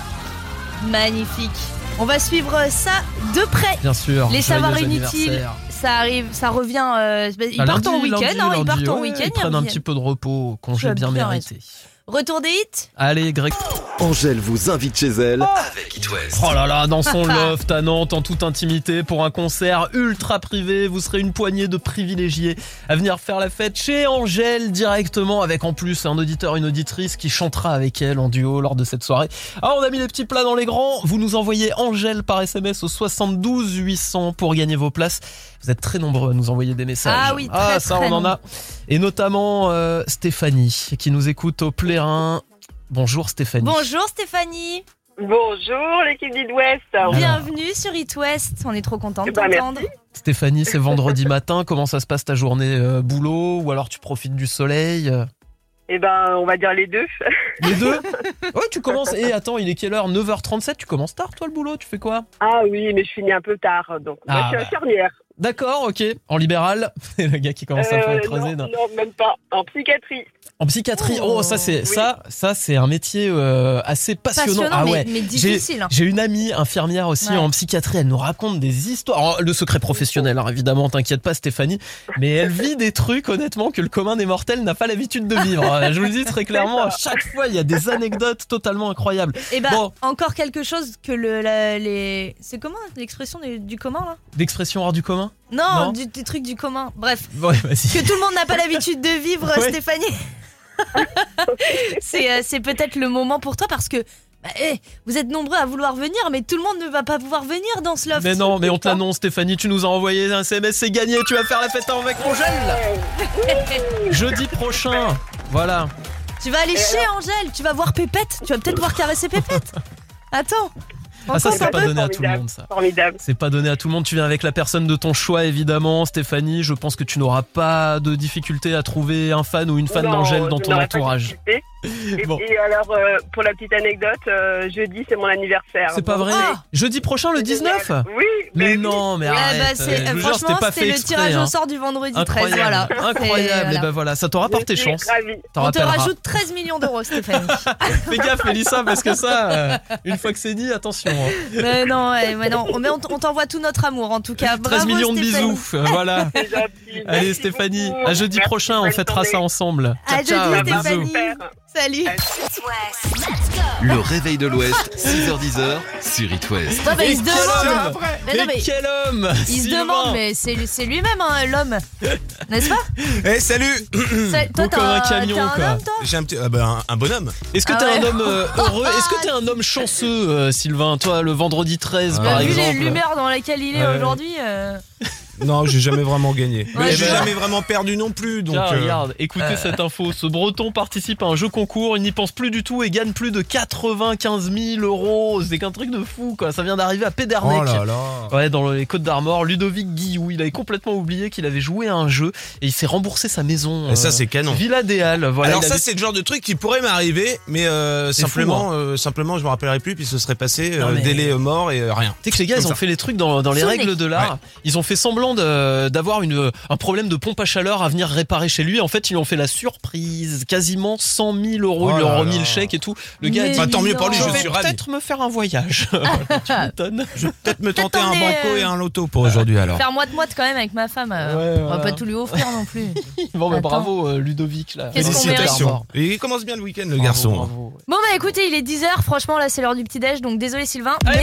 [SPEAKER 3] Magnifique. On va suivre euh, ça de près.
[SPEAKER 2] Bien sûr.
[SPEAKER 3] Les
[SPEAKER 2] joyeux
[SPEAKER 3] savoirs inutiles,
[SPEAKER 2] anniversaire.
[SPEAKER 3] ça arrive, ça revient. euh, bah, ils
[SPEAKER 2] Ah,
[SPEAKER 3] partent en
[SPEAKER 2] lundi,
[SPEAKER 3] week-end,
[SPEAKER 2] lundi,
[SPEAKER 3] hein, ils
[SPEAKER 2] lundi,
[SPEAKER 3] partent en
[SPEAKER 2] ouais,
[SPEAKER 3] week-end.
[SPEAKER 2] Ils prennent un petit peu de repos,
[SPEAKER 3] Tu
[SPEAKER 2] congé
[SPEAKER 3] as
[SPEAKER 2] bien
[SPEAKER 3] bien
[SPEAKER 2] mérité.
[SPEAKER 3] Retour des hits.
[SPEAKER 2] Allez, Greg.
[SPEAKER 10] Angèle vous invite chez elle avec It West.
[SPEAKER 2] Oh là là, dans son loft à Nantes, en toute intimité, pour un concert ultra privé, vous serez une poignée de privilégiés à venir faire la fête chez Angèle directement, avec en plus un auditeur, une auditrice qui chantera avec elle en duo lors de cette soirée. Ah, on a mis les petits plats dans les grands. Vous nous envoyez Angèle par SMS au 72 800 pour gagner vos places. Vous êtes très nombreux à nous envoyer des messages.
[SPEAKER 3] Ah oui, très,
[SPEAKER 2] ça
[SPEAKER 3] très
[SPEAKER 2] on en a.
[SPEAKER 3] nombreux.
[SPEAKER 2] Et notamment euh, Stéphanie qui nous écoute au Plérin. Bonjour Stéphanie.
[SPEAKER 3] Bonjour Stéphanie.
[SPEAKER 6] Bonjour l'équipe d'Idouest.
[SPEAKER 3] Bienvenue sur It West. On est trop contents de
[SPEAKER 6] Eh ben, merci.
[SPEAKER 3] t'entendre.
[SPEAKER 2] Stéphanie, c'est vendredi matin. Comment ça se passe ta journée euh, boulot Ou alors tu profites du soleil euh
[SPEAKER 6] Eh ben, on va dire les deux.
[SPEAKER 2] Les deux Ouais, tu commences. Et attends, il est quelle heure 9h37. Tu commences tard, toi, le boulot Tu fais quoi
[SPEAKER 6] Ah oui, mais je finis un peu tard, donc moi,
[SPEAKER 2] Ah,
[SPEAKER 6] je suis
[SPEAKER 2] bah.
[SPEAKER 6] infirmière.
[SPEAKER 2] D'accord, ok. En libéral Et le gars qui commence à faire
[SPEAKER 6] Euh,
[SPEAKER 2] le
[SPEAKER 6] non,
[SPEAKER 2] creuset. non.
[SPEAKER 6] non, même pas. En psychiatrie.
[SPEAKER 2] En psychiatrie, oh, ça c'est ça, ça c'est un métier euh, assez passionnant.
[SPEAKER 3] Passionnant,
[SPEAKER 2] ah
[SPEAKER 3] mais-
[SPEAKER 2] ouais.
[SPEAKER 3] mais
[SPEAKER 2] J'ai-
[SPEAKER 3] difficile, hein.
[SPEAKER 2] J'ai une amie infirmière aussi
[SPEAKER 3] Ouais.
[SPEAKER 2] en psychiatrie. Elle nous raconte des histoires. Alors, le secret professionnel, hein, évidemment, t'inquiète pas, Stéphanie. Mais elle vit des trucs, honnêtement, que le commun des mortels n'a pas l'habitude de vivre. Euh, Je vous le dis très clairement. À chaque fois, il y a des anecdotes totalement incroyables.
[SPEAKER 3] Et bah,
[SPEAKER 2] Bon,
[SPEAKER 3] encore quelque chose que le, la- les. C'est comment l'expression du, du commun là
[SPEAKER 2] d'expression hors du commun.
[SPEAKER 3] Non,
[SPEAKER 2] Non.
[SPEAKER 3] Du, du truc du commun. Bref.
[SPEAKER 2] Ouais, vas-y.
[SPEAKER 3] Que tout le monde n'a pas l'habitude de vivre,
[SPEAKER 2] Ouais.
[SPEAKER 3] Stéphanie. c'est euh, c'est peut-être le moment pour toi parce que bah, eh, vous êtes nombreux à vouloir venir, mais tout le monde ne va pas pouvoir venir dans ce loft.
[SPEAKER 2] Mais non, mais on te l'annonce, Stéphanie. Tu nous as envoyé un SMS, c'est gagné. Tu vas faire la fête avec
[SPEAKER 6] Euh,
[SPEAKER 2] Angèle jeudi prochain. Voilà.
[SPEAKER 3] tu vas aller chez Angèle, tu vas voir Pépette, tu vas peut-être voir caresser Pépette. Attends.
[SPEAKER 2] Ah, ça,
[SPEAKER 3] Encore
[SPEAKER 2] c'est
[SPEAKER 3] un
[SPEAKER 2] pas
[SPEAKER 3] peu.
[SPEAKER 2] donné à tout le monde, ça.
[SPEAKER 6] Formidable.
[SPEAKER 2] C'est pas donné à tout le monde. Tu viens avec la personne de ton choix, évidemment. Stéphanie, je pense que tu n'auras pas de difficulté à trouver un fan ou une fan
[SPEAKER 6] Non,
[SPEAKER 2] d'Angèle dans
[SPEAKER 6] je
[SPEAKER 2] ton
[SPEAKER 6] n'aurais pas
[SPEAKER 2] entourage.
[SPEAKER 6] participé. Et,
[SPEAKER 2] Bon.
[SPEAKER 6] et alors, euh, pour la petite anecdote, euh, jeudi, c'est mon anniversaire.
[SPEAKER 2] C'est pas
[SPEAKER 6] Donc,
[SPEAKER 2] vrai Jeudi prochain, le 19
[SPEAKER 6] Oui,
[SPEAKER 2] Mais non, mais
[SPEAKER 3] Ouais,
[SPEAKER 2] arrête. euh,
[SPEAKER 3] bah, c'est-
[SPEAKER 2] Je vous jure,
[SPEAKER 3] franchement,
[SPEAKER 2] c'était pas
[SPEAKER 3] c'était
[SPEAKER 2] fait
[SPEAKER 3] le
[SPEAKER 2] exprès,
[SPEAKER 3] tirage
[SPEAKER 2] hein.
[SPEAKER 3] au sort du vendredi 13. Voilà.
[SPEAKER 2] Incroyable, incroyable.
[SPEAKER 3] Et
[SPEAKER 2] Et ben voilà, ça t'aura porté
[SPEAKER 6] Je suis
[SPEAKER 2] chance.
[SPEAKER 6] ravie.
[SPEAKER 2] T'en
[SPEAKER 3] On te
[SPEAKER 2] rappelleras.
[SPEAKER 3] rajoute 13 millions d'euros, Stéphanie.
[SPEAKER 2] Fais gaffe, Mélissa, parce que ça, euh, une fois que c'est dit, attention. hein.
[SPEAKER 3] mais non, ouais, mais non. Mais on, t- on t'envoie tout notre amour, en tout cas.
[SPEAKER 2] 13
[SPEAKER 3] Bravo,
[SPEAKER 2] millions de
[SPEAKER 3] Stéphanie.
[SPEAKER 2] bisous. euh, Voilà.
[SPEAKER 6] C'est gentil.
[SPEAKER 2] Allez,
[SPEAKER 6] Merci
[SPEAKER 2] Stéphanie,
[SPEAKER 6] beaucoup.
[SPEAKER 2] à jeudi
[SPEAKER 6] Merci,
[SPEAKER 2] prochain, on
[SPEAKER 6] bonne
[SPEAKER 2] fêtera
[SPEAKER 6] journée.
[SPEAKER 2] ça ensemble.
[SPEAKER 3] À
[SPEAKER 2] Ciao, ciao,
[SPEAKER 3] jeudi,
[SPEAKER 2] bisous.
[SPEAKER 3] Stéphanie. Salut.
[SPEAKER 10] Le réveil de l'Ouest, 6h10
[SPEAKER 7] sur It West.
[SPEAKER 3] Non, mais ben, il se
[SPEAKER 2] Mais
[SPEAKER 3] demande.
[SPEAKER 2] quel homme
[SPEAKER 3] Mais non,
[SPEAKER 2] Mais
[SPEAKER 3] mais
[SPEAKER 2] quel homme
[SPEAKER 3] il se
[SPEAKER 2] Sylvain.
[SPEAKER 3] demande, mais c'est lui- c'est lui-même hein, l'homme, n'est-ce pas
[SPEAKER 19] Eh salut
[SPEAKER 3] Ça- toi, t'es
[SPEAKER 2] comme un
[SPEAKER 3] un,
[SPEAKER 2] camion,
[SPEAKER 3] t'es un
[SPEAKER 2] quoi.
[SPEAKER 3] homme, toi
[SPEAKER 19] J'ai un petit. ah bah, un, un bonhomme
[SPEAKER 2] Est-ce que
[SPEAKER 3] Ah
[SPEAKER 2] t'es un
[SPEAKER 3] ouais.
[SPEAKER 2] homme euh, heureux Est-ce que t'es un homme chanceux, euh, Sylvain Toi, le vendredi 13,
[SPEAKER 19] Ah,
[SPEAKER 2] par
[SPEAKER 3] Vu les-
[SPEAKER 2] exemple.
[SPEAKER 3] l'humeur dans laquelle il est
[SPEAKER 2] Ouais.
[SPEAKER 3] aujourd'hui. euh,
[SPEAKER 19] Non, j'ai jamais vraiment gagné.
[SPEAKER 2] Ouais,
[SPEAKER 19] Mais
[SPEAKER 9] Eh
[SPEAKER 19] j'ai
[SPEAKER 9] ben,
[SPEAKER 2] bah.
[SPEAKER 19] jamais vraiment perdu non plus. Donc,
[SPEAKER 2] Tiens,
[SPEAKER 19] euh,
[SPEAKER 2] regarde, écoutez
[SPEAKER 19] euh,
[SPEAKER 2] cette info. Ce breton participe à un jeu concours, il n'y pense plus du tout et gagne plus de 95 000 euros. C'est qu'un truc de fou, quoi. Ça vient d'arriver à Pédernec.
[SPEAKER 19] Oh là
[SPEAKER 2] Ouais, dans les Côtes d'Armor, Ludovic Guillou, il avait complètement oublié qu'il avait joué à un jeu et il s'est remboursé sa maison.
[SPEAKER 19] Et ça, c'est canon.
[SPEAKER 2] Villa des Halles, voilà.
[SPEAKER 19] Alors
[SPEAKER 2] il
[SPEAKER 19] ça
[SPEAKER 2] avait-
[SPEAKER 19] c'est le genre de truc qui pourrait m'arriver, mais euh,
[SPEAKER 2] C'est fou,
[SPEAKER 19] simplement,
[SPEAKER 4] hein.
[SPEAKER 19] euh, simplement je me rappellerai plus puis ce serait passé
[SPEAKER 2] Non,
[SPEAKER 19] euh,
[SPEAKER 2] mais-
[SPEAKER 19] délai euh, mort et euh, rien.
[SPEAKER 2] Tu sais que les gars, ils
[SPEAKER 19] Comme ça.
[SPEAKER 2] ont fait les trucs dans, dans les
[SPEAKER 19] Sonic.
[SPEAKER 2] règles de l'art.
[SPEAKER 19] Ouais.
[SPEAKER 2] Ils ont fait semblant de- d'avoir une- un problème de pompe à chaleur à venir réparer chez lui. En fait, ils lui ont fait la surprise. Quasiment 100 000 euros.
[SPEAKER 19] Oh
[SPEAKER 2] ils lui
[SPEAKER 19] là
[SPEAKER 2] ont remis
[SPEAKER 19] là.
[SPEAKER 2] le chèque et tout. Le gars a
[SPEAKER 19] Mais
[SPEAKER 2] dit Oh,
[SPEAKER 19] Bah, tant mieux pour lui,
[SPEAKER 2] Je
[SPEAKER 19] je
[SPEAKER 2] vais
[SPEAKER 19] suis ravi.
[SPEAKER 2] peut-être me faire un voyage. Voilà, tu m'étonnes.
[SPEAKER 19] Je vais peut-être me tenter un
[SPEAKER 3] on est,
[SPEAKER 19] banco
[SPEAKER 3] euh,
[SPEAKER 19] et un loto pour aujourd'hui alors.
[SPEAKER 3] Faire moite-moite quand même avec ma femme. euh,
[SPEAKER 2] Ouais,
[SPEAKER 3] On va
[SPEAKER 2] voilà.
[SPEAKER 3] pas tout lui offrir non plus.
[SPEAKER 2] Ah Bon, bah,
[SPEAKER 3] Attends.
[SPEAKER 2] bravo euh, Ludovic là.
[SPEAKER 3] Qu'est-ce qu'on Félicitations. mérite
[SPEAKER 19] Et il commence bien le week-end le garçon.
[SPEAKER 2] bravo.
[SPEAKER 3] Bon bah écoutez, il est 10h, franchement là c'est l'heure du petit déj, donc désolé Sylvain. mais-